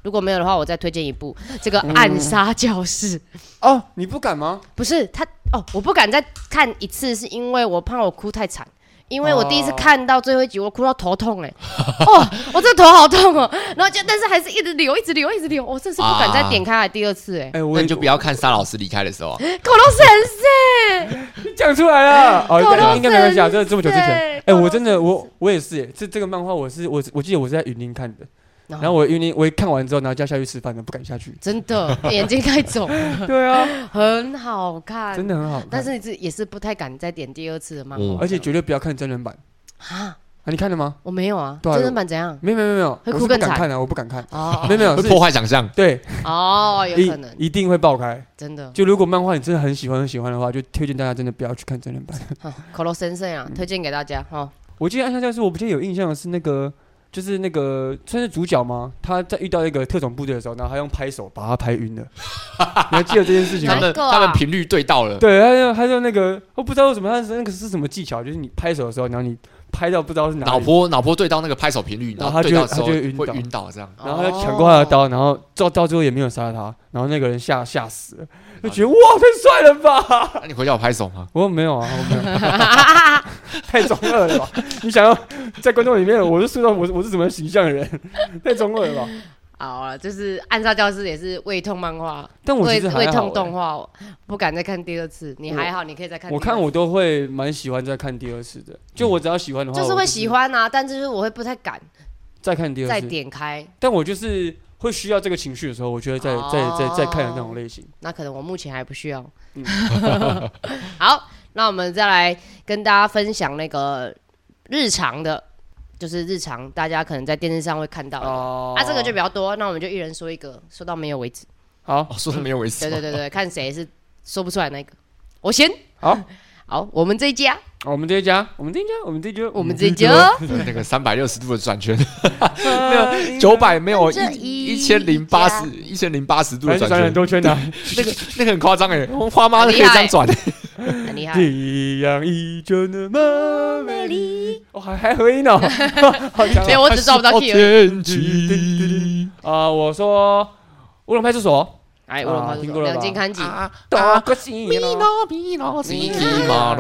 S3: 如果没有的话，我再推荐一部这个《暗杀教室》
S2: 哦，你不敢吗？
S3: 不是他哦，我不敢再看一次，是因为我怕我哭太惨。因为我第一次
S2: 哦
S3: 看到最后一集，我哭到
S2: <laughs>
S3: 头痛哎、哦，我这头好痛哦，然后就但是还是一直流，一直流，一直流，我真是不敢再点开来第二次哎、
S2: 哎、我
S1: 那
S2: 也
S1: 你就不要看沙老师离开的时候啊，
S3: 恐龙神社，
S2: 讲出来了。哦，
S3: 狗肉
S2: 应该没关系啊，这这么久之前。
S3: 对哦
S2: 哎、
S3: 狗肉
S2: 我真的，
S3: 神
S2: 我我也是耶，这这个漫画我是我我记得我是在云林看的，
S3: 然
S2: 然后
S3: 后。
S2: 我云林我一看完之后，然后就要下去吃饭了，不敢下去
S3: <laughs> 真
S2: <laughs>
S3: 的眼睛太肿，
S2: 对
S3: <laughs>
S2: 啊，
S3: 很好看，
S2: 真的很好看，
S3: 但是这也是不太敢再点第二次的漫画
S1: 嗯，
S2: 而且绝对不要看真人版
S3: 啊，
S2: 啊！你看了吗？
S3: 我没有啊，
S2: 对啊
S3: 真人版怎样？
S2: 没有没有没有没有，我
S3: 会哭
S2: 是不
S3: 更
S2: 敢
S3: 惨
S2: 看啊，我不敢看，
S3: 哦
S2: 没有没有
S1: 会
S2: 嗯是
S1: 破坏想象。
S2: 对，
S3: 哦，有可能，
S2: 一一定会爆开。
S3: 真的，
S2: 就如果漫画你真的很喜欢很喜欢的话，就推荐大家真的不要去看真人版。
S3: 恐龙神社啊，推荐给大家哈。
S2: 我记得《暗杀教室》，我比较有印象的是那个，就是那个算是主角吗？他在遇到一个特种部队的时候，然后他用拍手把他拍晕了。 <laughs> 你还记得这件事情
S1: 他
S2: 吗
S3: 哪？一
S1: 们
S3: 个啊
S1: 他们频率对到了，
S2: 对，他就他就那个，我不知道为什么，他是那个是什么技巧，就是你拍手的时候，然后你拍到不知道是哪里
S1: 脑，波脑波对到那个拍手频率，
S2: 然
S1: 然
S2: 后他
S1: 后
S2: 就
S1: 对到的时候
S2: 他就
S1: 会
S2: 会晕倒
S1: 晕倒这样。
S2: 然后他
S3: 哦
S2: 就抢过他的刀，然后到到最后也没有杀他，然后那个人吓吓死了，就觉得哇太帅了吧！
S1: 那你回家有拍手吗？
S2: 我说没有啊，我没有，
S3: 哦，
S2: 太中二了吧！你想要在观众里面，我是塑造我是我是什么形象的人，太中二了吧！
S3: 好了，就是《暗杀教室》也是胃痛漫画，
S2: 但我其
S3: 胃
S2: 实
S3: 胃
S2: 还好
S3: 痛啊
S2: 欸、
S3: 动画，我不敢再看第二次。你还好，你可以再看。
S2: 我看，我都会蛮喜欢再看第二次的，就我只要喜欢的话，
S3: 就是
S2: 我
S3: 会喜欢啊，但就是我会不太敢
S2: 再看第
S3: 再
S2: 二次，
S3: 点开。
S2: 但我就是会需要这个情绪的时候，我就会再再再
S3: 哦
S2: 再看的那种类型。
S3: 那可能我目前还不需要。好，那我们再来跟大家分享那个日常的，就是日常大家可能在电视上会看到的。
S2: 哦
S3: 啊，这个就比较多，那我们就一人说一个，说到没有为止。
S2: 好
S1: 哦，说的没有为止。
S3: 对对对对，看谁是说不出来那个。我先
S2: 好，
S3: 好，我们这一家，
S2: 我们这一家，我们这一家，我们这一家，
S3: 我们这一家，
S1: 对那个三百六十度的转 <laughs> 圈，
S2: 没有
S1: 九，百没有
S3: 这
S1: 一
S3: 嗯一
S1: 一千零八十一千零八十度
S2: 反
S1: 的转
S2: 正转很
S1: 圈，
S2: 多圈的。
S1: 那个那个很夸张
S3: <laughs>
S1: 哎，我花妈都可以这样转。欸
S3: 很厉害。 <laughs>
S2: 这样依旧那么美丽，哦，还还合音 <laughs> 呢，好强
S1: 네.
S2: 啊
S3: 没有，我只找不到 key 而已。
S1: 哎天际
S2: 啊！我说乌龙派出所，
S3: 哎，
S2: 啊
S3: 乌龙派出
S2: 听
S3: 所
S2: 过了吧
S3: 两金刊集，
S1: 啊
S2: 大个西呢，
S1: 比诺
S3: 比
S2: 诺
S3: 啊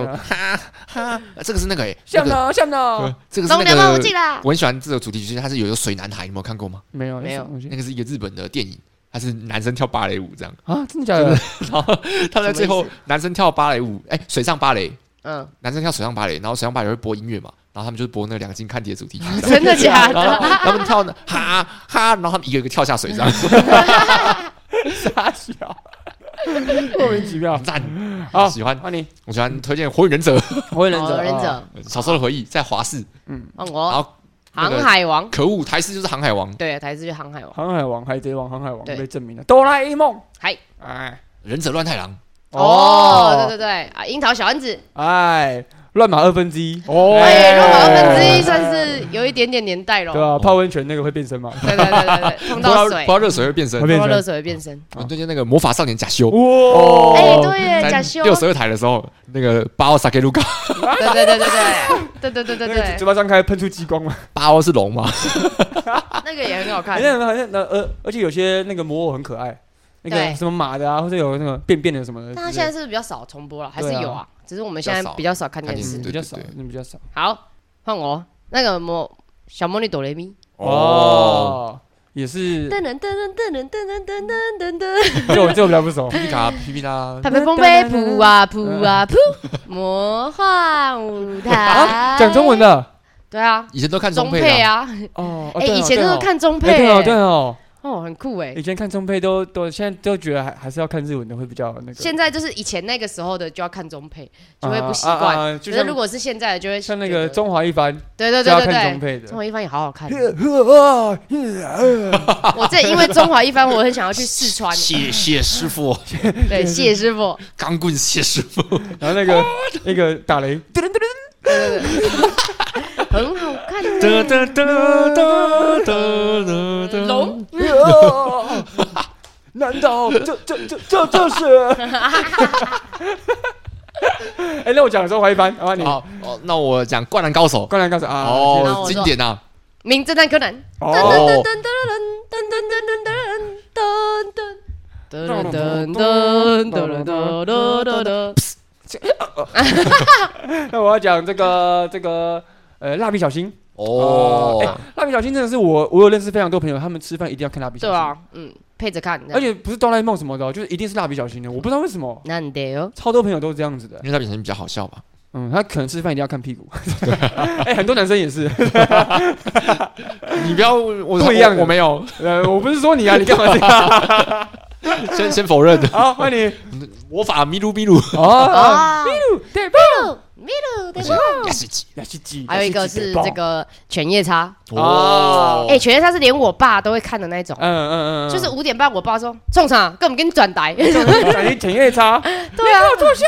S1: 哈哈，这个是那个哎，那
S2: 像
S1: 个
S2: 呢像呢，
S1: 这个是
S3: 中
S1: 那
S3: 年忘不记
S1: 个。
S3: 啦。
S1: 我很喜欢这首主题曲，它是有一个水男孩，你有没有看过吗？
S2: 没有
S3: 没有
S2: 什么东西
S1: 那个是一个日本的电影，它是男生跳芭蕾舞这样。
S2: 啊，真的假的？
S1: 然后他在最
S3: 什
S1: 后
S3: 么，
S1: 男生跳芭蕾舞，哎、水上芭蕾，
S3: 嗯，
S1: 男生跳水上芭蕾，然后水上芭蕾会播音乐嘛，然后他们就播那个《两金看碟》主
S3: <laughs>
S1: 题曲，这样
S3: 真的假
S1: 然后
S3: 的？
S1: 他们跳呢，哈哈，然后他们一个一个跳下水这样，
S3: <laughs>
S2: 傻笑，莫名其妙。
S1: 赞！
S2: 好，
S1: 喜欢
S2: 欢迎
S1: 我喜欢推荐《火影忍者》，
S2: 火影忍
S3: 哦
S2: 者，
S3: 忍
S2: 啊，
S3: 者，
S1: 小时候的回忆，在华视，
S3: 哦
S1: 然
S3: 我
S1: 后那
S3: 航
S1: 个
S3: 海王，
S1: 可恶，台视就是《航海王》，
S3: 对，台词就航海王。
S2: 航海王、海贼王、航海王
S3: 对
S2: 被证明了，哆啦 A 梦，
S3: 嗨，
S2: 哎
S1: 忍者乱太郎，
S3: 어,哦，
S2: 어.
S3: 对对对，啊，樱桃小丸子，
S2: 哎，乱码二分之一，
S1: 哦
S3: 哎，入华分之一
S2: 哎
S3: 算是有一点点年代
S2: 对
S3: 咯。
S2: 吧？泡温泉那个会变身吗？
S3: 对对对对对，
S1: 不知
S3: 碰
S1: 道
S3: 到
S1: 不
S3: 水嗯
S1: 知，道热水会变身
S2: 会。
S3: 碰
S2: 变
S3: 到
S2: 身
S3: 热水会变身。
S1: 我推荐那个魔法少年假修，
S2: 哇
S3: 哎，
S1: 哦
S3: 对耶，
S1: 在
S3: 假修，
S1: 六
S3: 对
S1: 十二台的时候，那个巴奥萨克卢卡，
S3: 对对对对对对对对
S2: 那个
S3: 对
S2: 嘴，巴张开喷出激光嘛，
S1: 巴奥是龙嘛？
S3: 那个也很好
S2: 好
S3: 看。
S2: 像好像那呃，而且有些那个魔偶很可爱，那个
S3: 对
S2: 什么马的啊，或者有那个便便的什么的之类的，
S3: 但它现在是不是比较少重播了，还是
S2: 对啊
S3: 有啊，只是我们
S1: 比较
S3: 现在
S1: 少
S3: 比较少看
S1: 看
S3: 电
S1: 电
S3: 视
S1: 视
S2: 嗯。
S1: 对
S2: 比较少
S1: 对对，
S2: 嗯比较少
S3: 好，换我那个魔小魔女哆来咪，
S1: 哦，，
S2: 也是，
S3: 噔噔噔噔噔噔噔噔噔噔噔，
S2: 这我这我比较不熟，
S1: 皮
S3: 哎
S1: 皮卡皮皮啦，
S3: 拍拍风飞，扑啊扑啊扑，魔幻舞台
S2: 啊，。讲中文，的
S3: 对啊，
S1: 以前都看
S3: 中
S1: 中配
S3: 配
S1: 的啊，
S3: 啊，
S2: 哦，哦
S3: 哎，
S2: 对哦
S3: 以前
S2: 对
S3: 都是
S2: 哦
S3: 看中
S2: 哎
S3: 配
S2: 对哦对
S3: 欸，
S2: 哦，
S3: 哦，很酷哎
S2: 以。前看中配都都，现在都觉得还还是要看日文的会比较那个，
S3: 现在就是以前那个时候的就要看中配，就会
S2: 啊
S3: 不习
S2: 啊
S3: 惯。
S2: 啊就
S3: 可是
S2: 像
S3: 如果是现在的，就会
S2: 像那
S3: 觉
S2: 个
S3: 得，
S2: 中华一番
S3: 对对
S2: 就
S3: 对
S2: 要
S3: 对
S2: 看中
S3: 对，
S2: 配的
S3: 中，华一番也好好看。
S2: 呵呵啊
S3: 我这因为中华一番，我很想要去四川。
S1: 谢谢师傅，
S3: 对，谢师傅，
S1: <laughs> 钢棍谢师傅，
S2: 然后那个那个打雷，
S3: 对对对，很好看
S1: 哒
S3: 的。
S1: 哒哒哒哒哒哒，
S3: 龙，
S2: <laughs> 难道这这这这这是？ <laughs> 哎，那我讲中华一番，好
S1: <laughs>
S2: 吧你。
S1: 好哦，那我讲《灌篮高手》
S2: 灌篮高手啊！
S3: 那
S1: 哦，
S3: 我说
S1: 经典啊，
S3: 名侦探柯南，
S2: 哦
S3: 噔噔噔噔噔噔噔噔噔噔噔噔噔噔噔噔噔噔噔噔，
S2: 那我要讲这个这个呃，蜡笔小新。
S1: 哦，
S2: 哎蜡笔小新真的是我，我有认识非常多朋友，他们吃饭一定要看蜡笔小
S3: 对
S2: 新，
S3: 啊，嗯，配着看，
S2: 而且不是哆啦 A 梦什么的哦，就是一定是蜡笔小新的，我不知道为什么，
S3: 那得哦，
S2: 超多朋友都是这样子的
S1: 因。为他比小新比较好笑吧？
S2: 嗯，他可能吃饭一定要看 <laughs> 屁股，哎，很多男生也是。
S1: 你不要我
S2: 不一样的
S1: 我我没有，
S2: 呃，我不是说你啊，你干嘛 <laughs> 这样？
S1: 先 <laughs> 先否认的。
S2: 好，换你。
S1: 魔法咪噜咪噜，
S2: 哦，
S3: 啊，
S2: 对，
S3: 米露，对
S1: 亚西奇
S2: 呀，鸡鸡。
S3: 还有一个是这个犬夜叉，
S2: 哦
S3: 哎，犬夜叉是连我爸都会看的那种
S2: 嗯，嗯嗯嗯，
S3: 就是五点半我爸说冲上，根本给你转台，
S2: 小心啊犬夜
S3: <laughs>
S2: 叉，
S3: 对啊，哦坐下，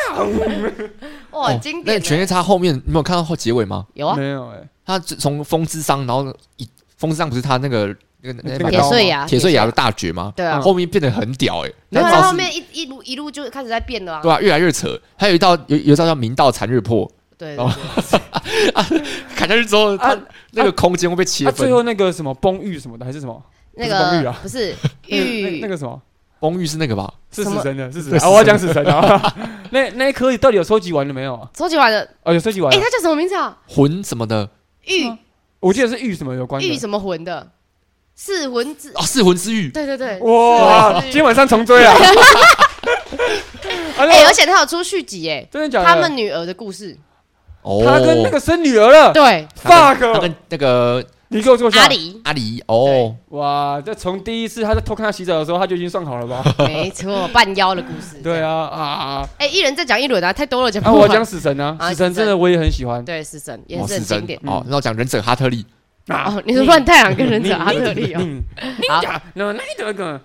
S2: <laughs>
S3: 哇，很经
S1: 那
S2: 欸
S3: 典
S1: 个，犬夜叉后面，你没有看到后结尾吗？
S3: 有啊，
S2: 没有哎，
S1: 他自从风之伤，然后一风之伤不是他那个那个那
S2: 那个
S3: 铁
S1: 把刀
S3: 碎牙，
S1: 铁碎牙的大绝吗？
S3: 对啊，
S1: 后面变得很屌哎，
S3: 没有，
S1: 那
S3: 啊他
S1: 招
S3: 后
S1: 式
S3: 面一一路一路就开始在变了啊，
S1: 对吧？越来越扯。还有一道有有一道叫明道残日破，
S3: 对对
S1: 哦
S2: <laughs>
S3: 对
S1: 砍下去之后，他
S2: 啊
S1: 那个空间会被切
S2: 他最
S1: 分。
S2: 后那个什么崩玉什么的，还是什么
S3: 那
S2: 不是崩玉
S3: 个
S2: 啊
S3: 不是
S2: <laughs> 那个那
S3: 玉
S2: 那个什么。
S1: 崩玉是那个吧？
S2: 是
S3: 什
S2: 死
S3: 么
S2: 神的，是死
S1: 对
S2: 神。啊，我要讲死神啊。 <laughs> 那那一颗到底有收集完了没有啊？
S3: 收集完了，
S2: 哦，有收集完
S3: 哎，
S2: 了。
S3: 他叫什么名字啊？
S1: 魂什么的
S3: 玉
S2: 我记得是玉什么有关
S3: 玉
S2: 的。
S3: 什么魂的？是魂之，
S1: 哦，是魂之玉。
S3: 对对对，
S2: 哇，
S3: 是
S2: 今天晚上重
S3: <laughs>
S2: 追啊！哎
S3: 哎，而且他有出续集哎，
S2: 真的假的？
S3: 他们女儿的故事，
S1: 哦，
S2: 他跟那个生女儿了
S3: 对，
S1: 他跟他
S2: ，fuck！
S1: 跟那个
S2: 你给我坐
S3: 阿
S2: 下。
S3: 狸，
S1: 阿狸哦，
S2: 哇，这从第一次他在偷看他洗澡的时候，他就已经算好了吧？
S3: 没错，半妖的故事，
S2: 对，啊啊！
S3: 哎，一人再讲一轮啊，太多了讲
S2: 啊，
S3: 不
S2: 我
S3: 完
S2: 讲。死神啊，
S3: 啊
S2: 死神真的我也很喜欢。
S3: 对，是神也
S1: 哦是
S3: 是很经
S1: 真
S3: 典。嗯
S1: 哦。那我讲忍者哈特利，
S3: 哦，你是乱太阳跟忍者阿特利哦，
S2: 你你
S3: 好
S2: 呀，那那一个个，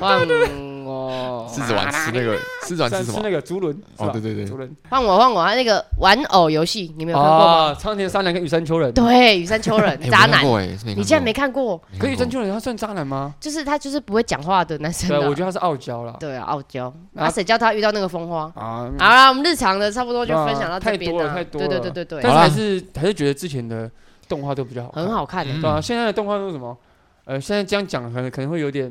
S3: 换嗯我，
S1: 狮子丸吃那个狮子丸
S2: 三
S1: 吃
S2: 是
S1: 什么？
S2: 那个竹轮，是
S1: 哦，
S2: 吧
S1: 对对对，
S2: 竹轮
S3: 换我，换我，那个玩偶游戏，你们有看过吗？
S2: 啊，苍田三郎跟羽山丘人。
S3: 对，羽山丘人
S1: 哎，我没
S3: 渣
S1: 看
S3: 男，
S1: 过哎，是没看
S3: 你竟然
S1: 过
S3: 没看过？
S1: 没看
S2: 可羽
S1: 过
S2: 山丘人他算渣男吗？
S3: 就是他就是不会讲话的男生
S2: 对，我
S3: 啊。
S2: 觉得他是傲娇啦。
S3: 对啊，傲娇。
S2: 啊
S3: 啊，谁叫他遇到那个风花？
S2: 啊，
S3: 好啦，我们日常的差不多就分享到这边
S2: 啊太多了太多了
S3: 对对对对
S2: 但
S3: 对，
S2: 是
S1: 好啦
S2: 还是还是觉得之前的动画都比较好看，
S3: 很好看欸的。
S1: 嗯
S2: 对啊，现在的动画都是什么？呃，现在这样讲可能可能会有点，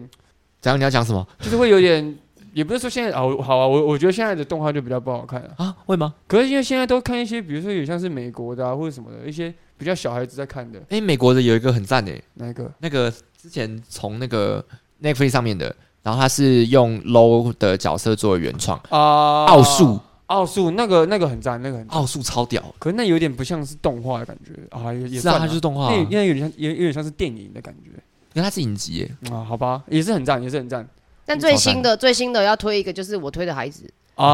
S1: 怎样？你要讲什么
S2: 就是会有点，也不是说现在哦，好啊，我我觉得现在的动画就比较不好看了。
S1: 啊？会吗？
S2: 可是因为现在都看一些，比如说有像是美国的啊，或者什么的一些比较小孩子在看的
S1: 哎，美国的有一个很赞哎，
S2: 那一个
S1: 那个之前从那个 Netflix 上面的，然后他是用 low 的角色作为原创，
S2: 啊，
S1: 奥数
S2: 奥数那个那个很赞，那个很赞，
S1: 奥数超屌，
S2: 可是那有点不像是动画的感觉啊，也也
S1: 是啊，
S2: 算
S1: 他就是动画啊，
S2: 那
S1: 因为
S2: 那有点像有有点像是电影的感觉
S1: 他是影集耶，
S2: 啊，好吧，也是很赞，也是很赞
S3: 但
S2: 嗯
S3: 最新的最新的要推一个，就是我推的孩子
S2: 啊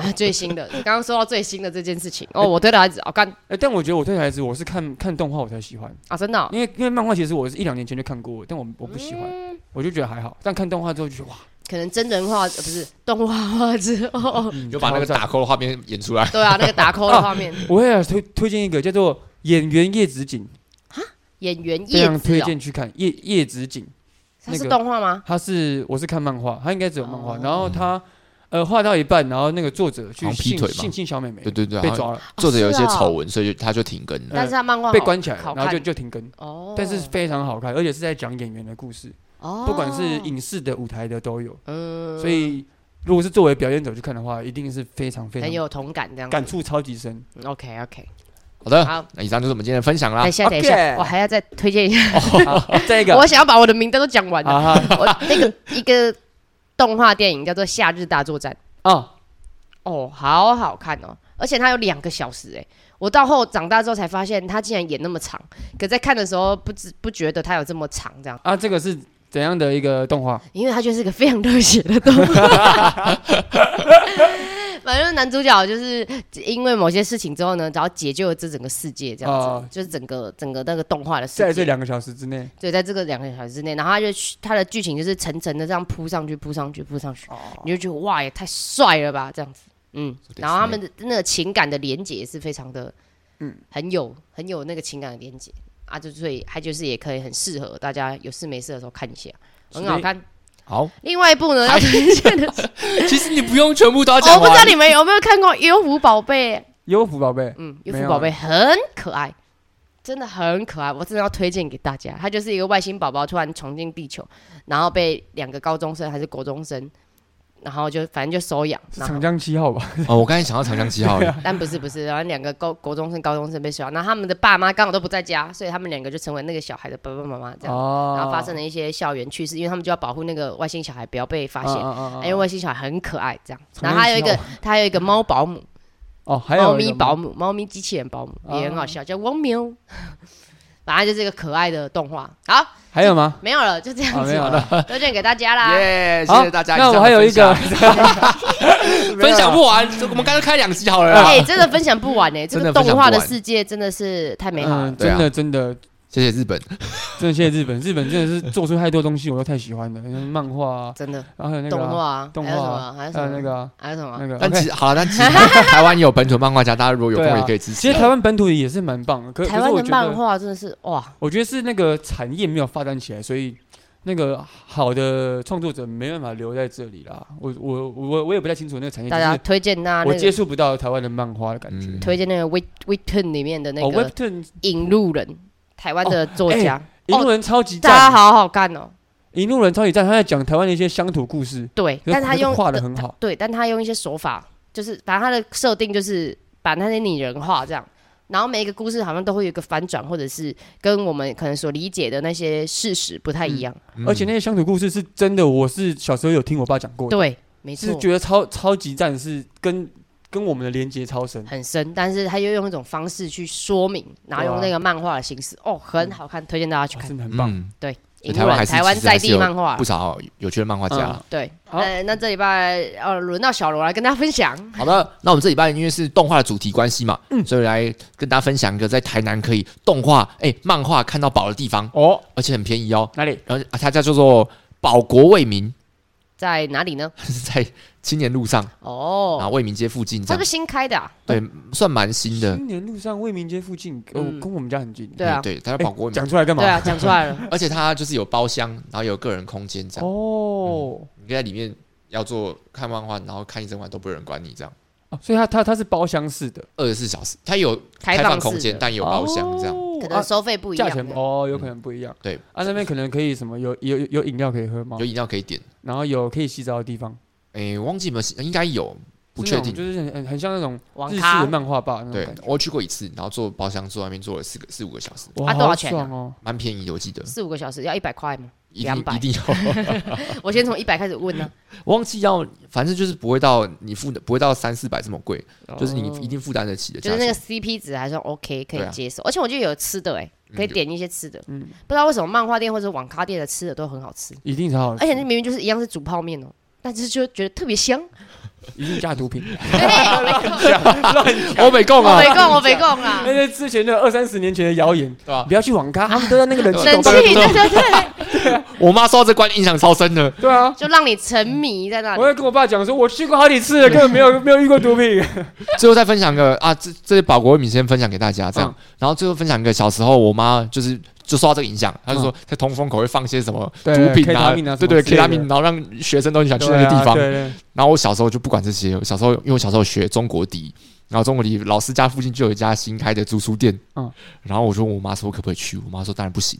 S3: 啊。，最新的，刚刚说到最新的这件事情哦，我推的孩子，哦，干
S2: 哎、但我觉得我对孩子，我是看看动画我才喜欢，
S3: 啊，真的哦。
S2: 因为因为漫画其实我是一两年前就看过了，但我我不喜欢，
S1: 嗯
S2: 我就觉得还好。但看动画之后就觉得哇，
S3: 可能真人化呃不是动画化之后， <laughs>
S1: 你
S2: 你
S1: 就把那个打扣的画面演出来，
S3: 对啊，那个打 call
S2: 哦
S3: 的画面，
S2: 我也推推荐一个叫做《演员叶子景
S3: 演员》，
S2: 非
S3: 叶
S2: 常推
S3: 子哦，
S2: 荐去看。叶叶子景，
S3: 他是
S2: 那个
S3: 动画吗？
S2: 他是我是看漫画，他应该只有漫画，
S3: 哦
S2: 然后他呃画到一半，然后那个作者去
S1: 好像劈
S2: 性
S1: 腿嘛
S2: 性侵小妹妹，
S1: 对对对，
S2: 被
S1: 好像
S2: 抓了，
S1: 作者有一些
S3: 是啊
S1: 丑闻，所以就他就停更了。
S3: 但是他漫画
S2: 呃被
S3: 好
S2: 关起来，
S3: 好
S2: 然后就
S3: 看
S2: 就停更。
S3: 哦，
S2: 但是非常好看，而且是在讲演员的故事，
S3: 哦，
S2: 不管是影视的、舞台的都有。
S3: 嗯
S2: 所以如果是作为表演者去看的话，一定是非常非
S3: 很
S2: 常
S3: 有同感这样子
S2: 感。触超级
S3: <laughs>
S2: 深。
S3: OK OK，
S1: 好的，
S3: 好，
S1: 那以上就是我们今天的分享啦
S3: 等一。下等一下，
S2: 啊 OK
S3: 我还要再推荐一下，
S2: 好再一个
S3: 我想要把我的名单都讲完
S2: <laughs>
S3: 了。
S2: 啊哈
S3: 我那个一个动画电影叫做《夏日大作战》，
S2: 哦，
S3: 哦，好好看哦，而且它有两个小时哎、我到后长大之后才发现，它竟然演那么长，可在看的时候不知不觉得它有这么长这样，
S2: 啊，这个是怎样的一个动画？
S3: 因为它就是个非常热血的动画。反正男主角就是因为某些事情之后呢，然后解救了这整个世界，这样子，
S2: 哦
S3: 就是整个整个那个动画的世界。
S2: 在这两个小时之内，
S3: 对，在这个两个小时之内，然后他就去他的剧情就是层层的这样铺上去，铺上去，铺上去，你就觉得哇，也太帅了吧，这样子，嗯，然后他们的那个情感的连接也是非常的，嗯，很有很有那个情感的连接啊，就所以他就是也可以很适合大家有事没事的时候看一下，很好看。
S1: 好，
S3: 另外一部呢，要推荐的是，
S1: 其实你不用全部都要
S3: 哦我
S1: 讲
S3: 不知道
S1: 完。
S3: 你们有没有看过《优福宝贝》？
S2: 优福宝贝
S3: 嗯，《优福
S2: 没有
S3: 宝贝》很可爱，真的很可爱，我真的要推荐给大家。它就是一个外星宝宝突然闯进地球，然后被两个高中生还是国中生，然后就反正就收养，
S2: 是
S3: 然后
S2: 长江七号吧？
S1: 哦，我刚才想到长江七号
S3: <laughs>
S1: 了，
S3: 但不是不是，然后两个高国中生、高中生被收养，然后他们的爸妈刚好都不在家，所以他们两个就成为那个小孩的爸爸妈妈这样。
S2: 哦
S3: 然后发生了一些校园趣事，因为他们就要保护那个外星小孩不要被发现，
S2: 现
S3: 因为外星小孩很可爱这样。
S2: 从
S3: 然后还有一
S2: 那
S3: 个
S2: 个，
S3: 他还有一个猫保姆，
S2: 哦，还有
S3: 猫咪保
S2: 姆，
S3: 姆，猫咪机器人保姆
S2: 哦
S3: 也很好笑，叫汪喵。 <laughs> 反正就是一个可爱的动画。好，
S2: 还有吗？
S3: 没有了，就这
S2: 啊，
S3: 样子
S2: 没有
S3: 了，
S2: 了。
S3: <laughs> 推荐给大家
S2: <laughs>
S3: 啦。
S1: 耶！
S2: 好
S1: 谢谢大家。以
S2: 那
S1: 上
S2: 我
S1: 的
S2: 还有一
S1: 分享
S2: 个 <laughs>
S1: 分享不完，我们刚才开两集好了啦。
S3: 哎，真的分享不完
S2: <laughs>
S3: 呢，这个
S1: 真的分享
S3: 动
S1: 不
S3: 画
S1: 完
S3: 的世界真的是太美好了。
S2: 嗯，
S1: 对
S2: 真
S1: 啊
S2: 的真的
S1: 谢谢日本，
S2: 真的谢谢日本，日本真的是做出太多东西，我都太喜欢了，像漫画啊，
S3: 真的，
S2: 然后还有那个
S3: 动
S2: 啊、
S3: 画，
S2: 动
S3: 还有什
S2: 画
S3: 么？还有什
S2: 还
S3: 么
S2: 有？那个啊
S3: 还有什么？
S2: 那个，
S1: 但
S2: OK
S1: 其好了，但其实台湾也有本土漫画家，大家如果有空
S2: 对啊
S1: 也可以支
S2: 其
S1: 持
S2: 实。台湾本土也是蛮棒的，可
S3: 台
S2: 可是
S3: 湾
S2: 我
S3: 的
S2: 觉
S3: 漫
S2: 得，
S3: 画真的是哇，
S2: 我觉得是那个产业没有发展起来，所以那个好的创作者没办法留在这里啦。我我我我也不太清楚那个产业，
S3: 大家
S2: 哎就是
S3: 推荐那
S2: 我
S3: 那
S2: 接
S3: 个
S2: 触不到台湾的漫画的感觉。
S1: 嗯
S3: 推荐那个《w e w e t u n 里面的那
S2: 哦
S3: 个
S2: ，Webtoon
S3: 引路人，台湾的作
S2: 哎
S3: 家，
S2: 引路人超级
S3: 大家
S2: 赞，
S3: 好好看哦。
S2: 引路人超级赞，他在讲台湾的一些乡土故事，
S3: 对，但他
S2: 可是
S3: 用
S2: 画的很好。
S3: 对，但他用一些手法，就是把他的设定就是把那些拟人化这样，然后每一个故事好像都会有一个反转，或者是跟我们可能所理解的那些事实不太一样。
S1: 嗯
S2: 而且那些乡土故事是真的，我是小时候有听我爸讲过的，
S3: 对，没
S2: 是
S3: 错，
S2: 觉得超超级赞，是跟跟我们的连接超深。
S3: 很深，但是他又用一种方式去说明，然后
S2: 对啊
S3: 用那个漫画的形式，哦，很好看，推荐大家去
S2: 哇
S3: 看。
S2: 真的很棒。
S1: 嗯，
S3: 引
S1: 台
S3: 入
S1: 湾
S3: 了
S1: 还是
S3: 台湾
S1: 其实
S3: 在
S1: 还是
S3: 地
S1: 有
S3: 漫画
S1: 不，少有趣的漫画家啦。
S3: 对，
S2: 好
S3: 呃，那这礼拜呃，轮到小罗来跟大家分享，
S1: 好的，那我们这礼拜因为是动画的主题关系嘛，所以来跟大家分享一个在台南可以动画哎、漫画看到宝的地方，
S2: 哦，
S1: 而且很便宜哦。
S2: 哪里？
S1: 然后啊，它叫做保国卫民，
S3: 在哪里呢？
S1: 是 <laughs> 在青年路上啊，
S3: 哦，
S1: 卫民街附近这
S3: 这
S1: 样
S3: 是，新开的啊，
S1: 对，算蛮新的。
S2: 青年路上卫民街附近，哦，
S3: 嗯
S2: 跟我们家很近。
S3: 对啊
S1: 嗯对，它叫
S2: 哎，
S1: 保国卫民，
S2: 讲出来干嘛？
S3: 对啊，讲出来了，
S1: 而且它就是有包厢，然后有个人空间这样，
S2: 哦，
S1: 你可以在里面要做看漫画，然后看一整晚都不会有人管你这样，
S2: 哦所以它它它是包厢式的，
S1: 二十四小时，它有
S3: 开
S1: <laughs> 开放空
S3: 式
S1: 间，
S3: 的
S1: 但也有包厢这样。嗯
S2: 哦
S3: 可
S2: 啊
S3: 能收费不一样
S2: 价
S3: 的，
S2: 钱哦，有可能不一样。
S1: 对
S2: 啊，那边可能可以什么有有有有饮料可以喝吗
S1: 有？饮料可以点，
S2: 然后有可以洗澡的地方，
S1: 诶、忘记有没有洗，应该有，不
S2: 是那啊
S1: 确定。
S2: 种就是很很很像那种
S3: 网
S2: 日式
S3: 咖啊
S2: 的漫画吧那种
S1: 对
S2: 感觉。，
S1: 我去过一次，然后坐包厢坐外面坐了四个四五个小时，
S2: 哇，
S3: 啊多少
S2: 好
S3: 钱啊
S2: 爽哦！
S1: 蛮便宜的，我记得
S3: 四五个小时要一百块吗？
S1: 一定
S3: 200
S1: 一定要， <laughs>
S3: 我先从一百开始问呢、啊
S1: 忘记要，反正就是不会到你付的不会到三四百这么贵，
S2: 哦
S1: 就是你一定负担得起的价
S3: 就是
S1: 钱。
S3: 那个 CP 值还算 OK，可
S1: 对
S3: 以
S1: 啊
S3: 接受，而且我记得有吃的哎、可以点一些吃的，
S2: 嗯
S3: 不知道为什么漫画店或者网咖店的吃的都很好吃，
S2: 一定才好吃，
S3: 而且那明明就是一样是煮泡面哦、但是就觉得特别香。
S2: 一定加毒
S3: <laughs>
S2: 品。
S3: 对，我
S1: 欧美
S2: Oh
S1: 共啊
S3: 没，空，我没空啊
S2: 哎那。是之前的二三十年前的谣言，
S1: 对吧？
S2: 不要去网咖，他们都在那个冷气孔
S3: 冷气，
S2: 上面
S3: 对对对，
S1: 我妈说到这关印象超深的，
S2: 对啊，
S3: 就让你沉迷在那里
S2: 我。在跟我爸讲说，我去过好几次了，根本没有没有遇过毒品。
S1: 最后再分享个啊，这这些保国米先分享给大家这
S2: 嗯
S1: 样，然后最后分享一个小时候我妈就是就受到这个影响，她就说在通风口会放些什么毒
S2: 嗯对
S1: 品
S2: K
S1: 啊，
S2: 他命
S1: 对
S2: 啊什么
S1: 对
S2: 之
S1: ，K
S2: 类的
S1: 他命，然后让学生都很想 <laughs> 去那个地方。
S2: 对啊对，
S1: 然后我小时候就不管这些，我小时候因为我小时候学中国笛，然后中国笛老师家附近就有一家新开的租书店，
S2: 嗯
S1: 嗯，然后我就问我妈说可不可以去，我妈说当然不行。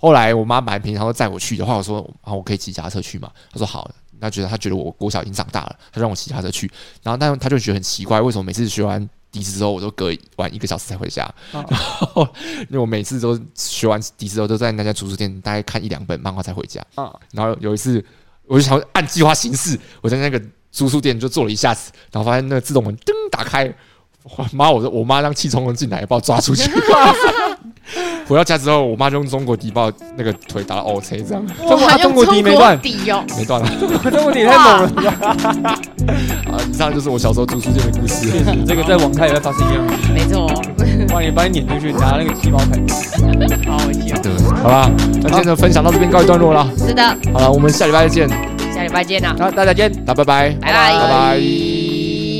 S1: 后来我妈买平常都载我去的话，我说啊我可以骑脚踏车去嘛，她说好，那觉得她觉得我国小已经长大了，她让我骑脚踏车去，然后但她就觉得很奇怪，为什么每次学完。笛子之后，我都隔完一个小时才回家，
S2: 哦
S1: 然后 <laughs> 因为我每次都学完笛子之后，都在那家租书店大概看一两本漫画才回家。
S2: 啊，
S1: 然后有一次，我就想按计划行事，我在那个租书店就坐了一下子，然后发现那个自动门噔打开，哇妈！我我妈让气冲冲进来，把我抓出去。 <laughs> 回到家之后，我妈就用中国笛把我那个腿打到 O C，这样
S2: 中国
S3: 哇
S2: 中国敌没
S3: 用
S2: 断
S3: 中国敌哦，
S1: 没断了。
S2: <laughs> 中国也太猛了，
S1: 啊，以上就是我小时候租书店的故事。
S2: 确实，这个在网咖也会发生一样的事，
S3: 没错，哦
S2: 把你把你撵出去，拿那个鸡毛掸子。
S3: 好我记得。
S1: 对，好吧，那今天的分享到这边告一段落了。
S3: 是的，
S1: 好了，我们下礼拜再见，
S3: 下礼拜见啦，啊
S2: 好，大家见。
S1: 大家拜拜，
S3: 拜拜
S1: 拜拜。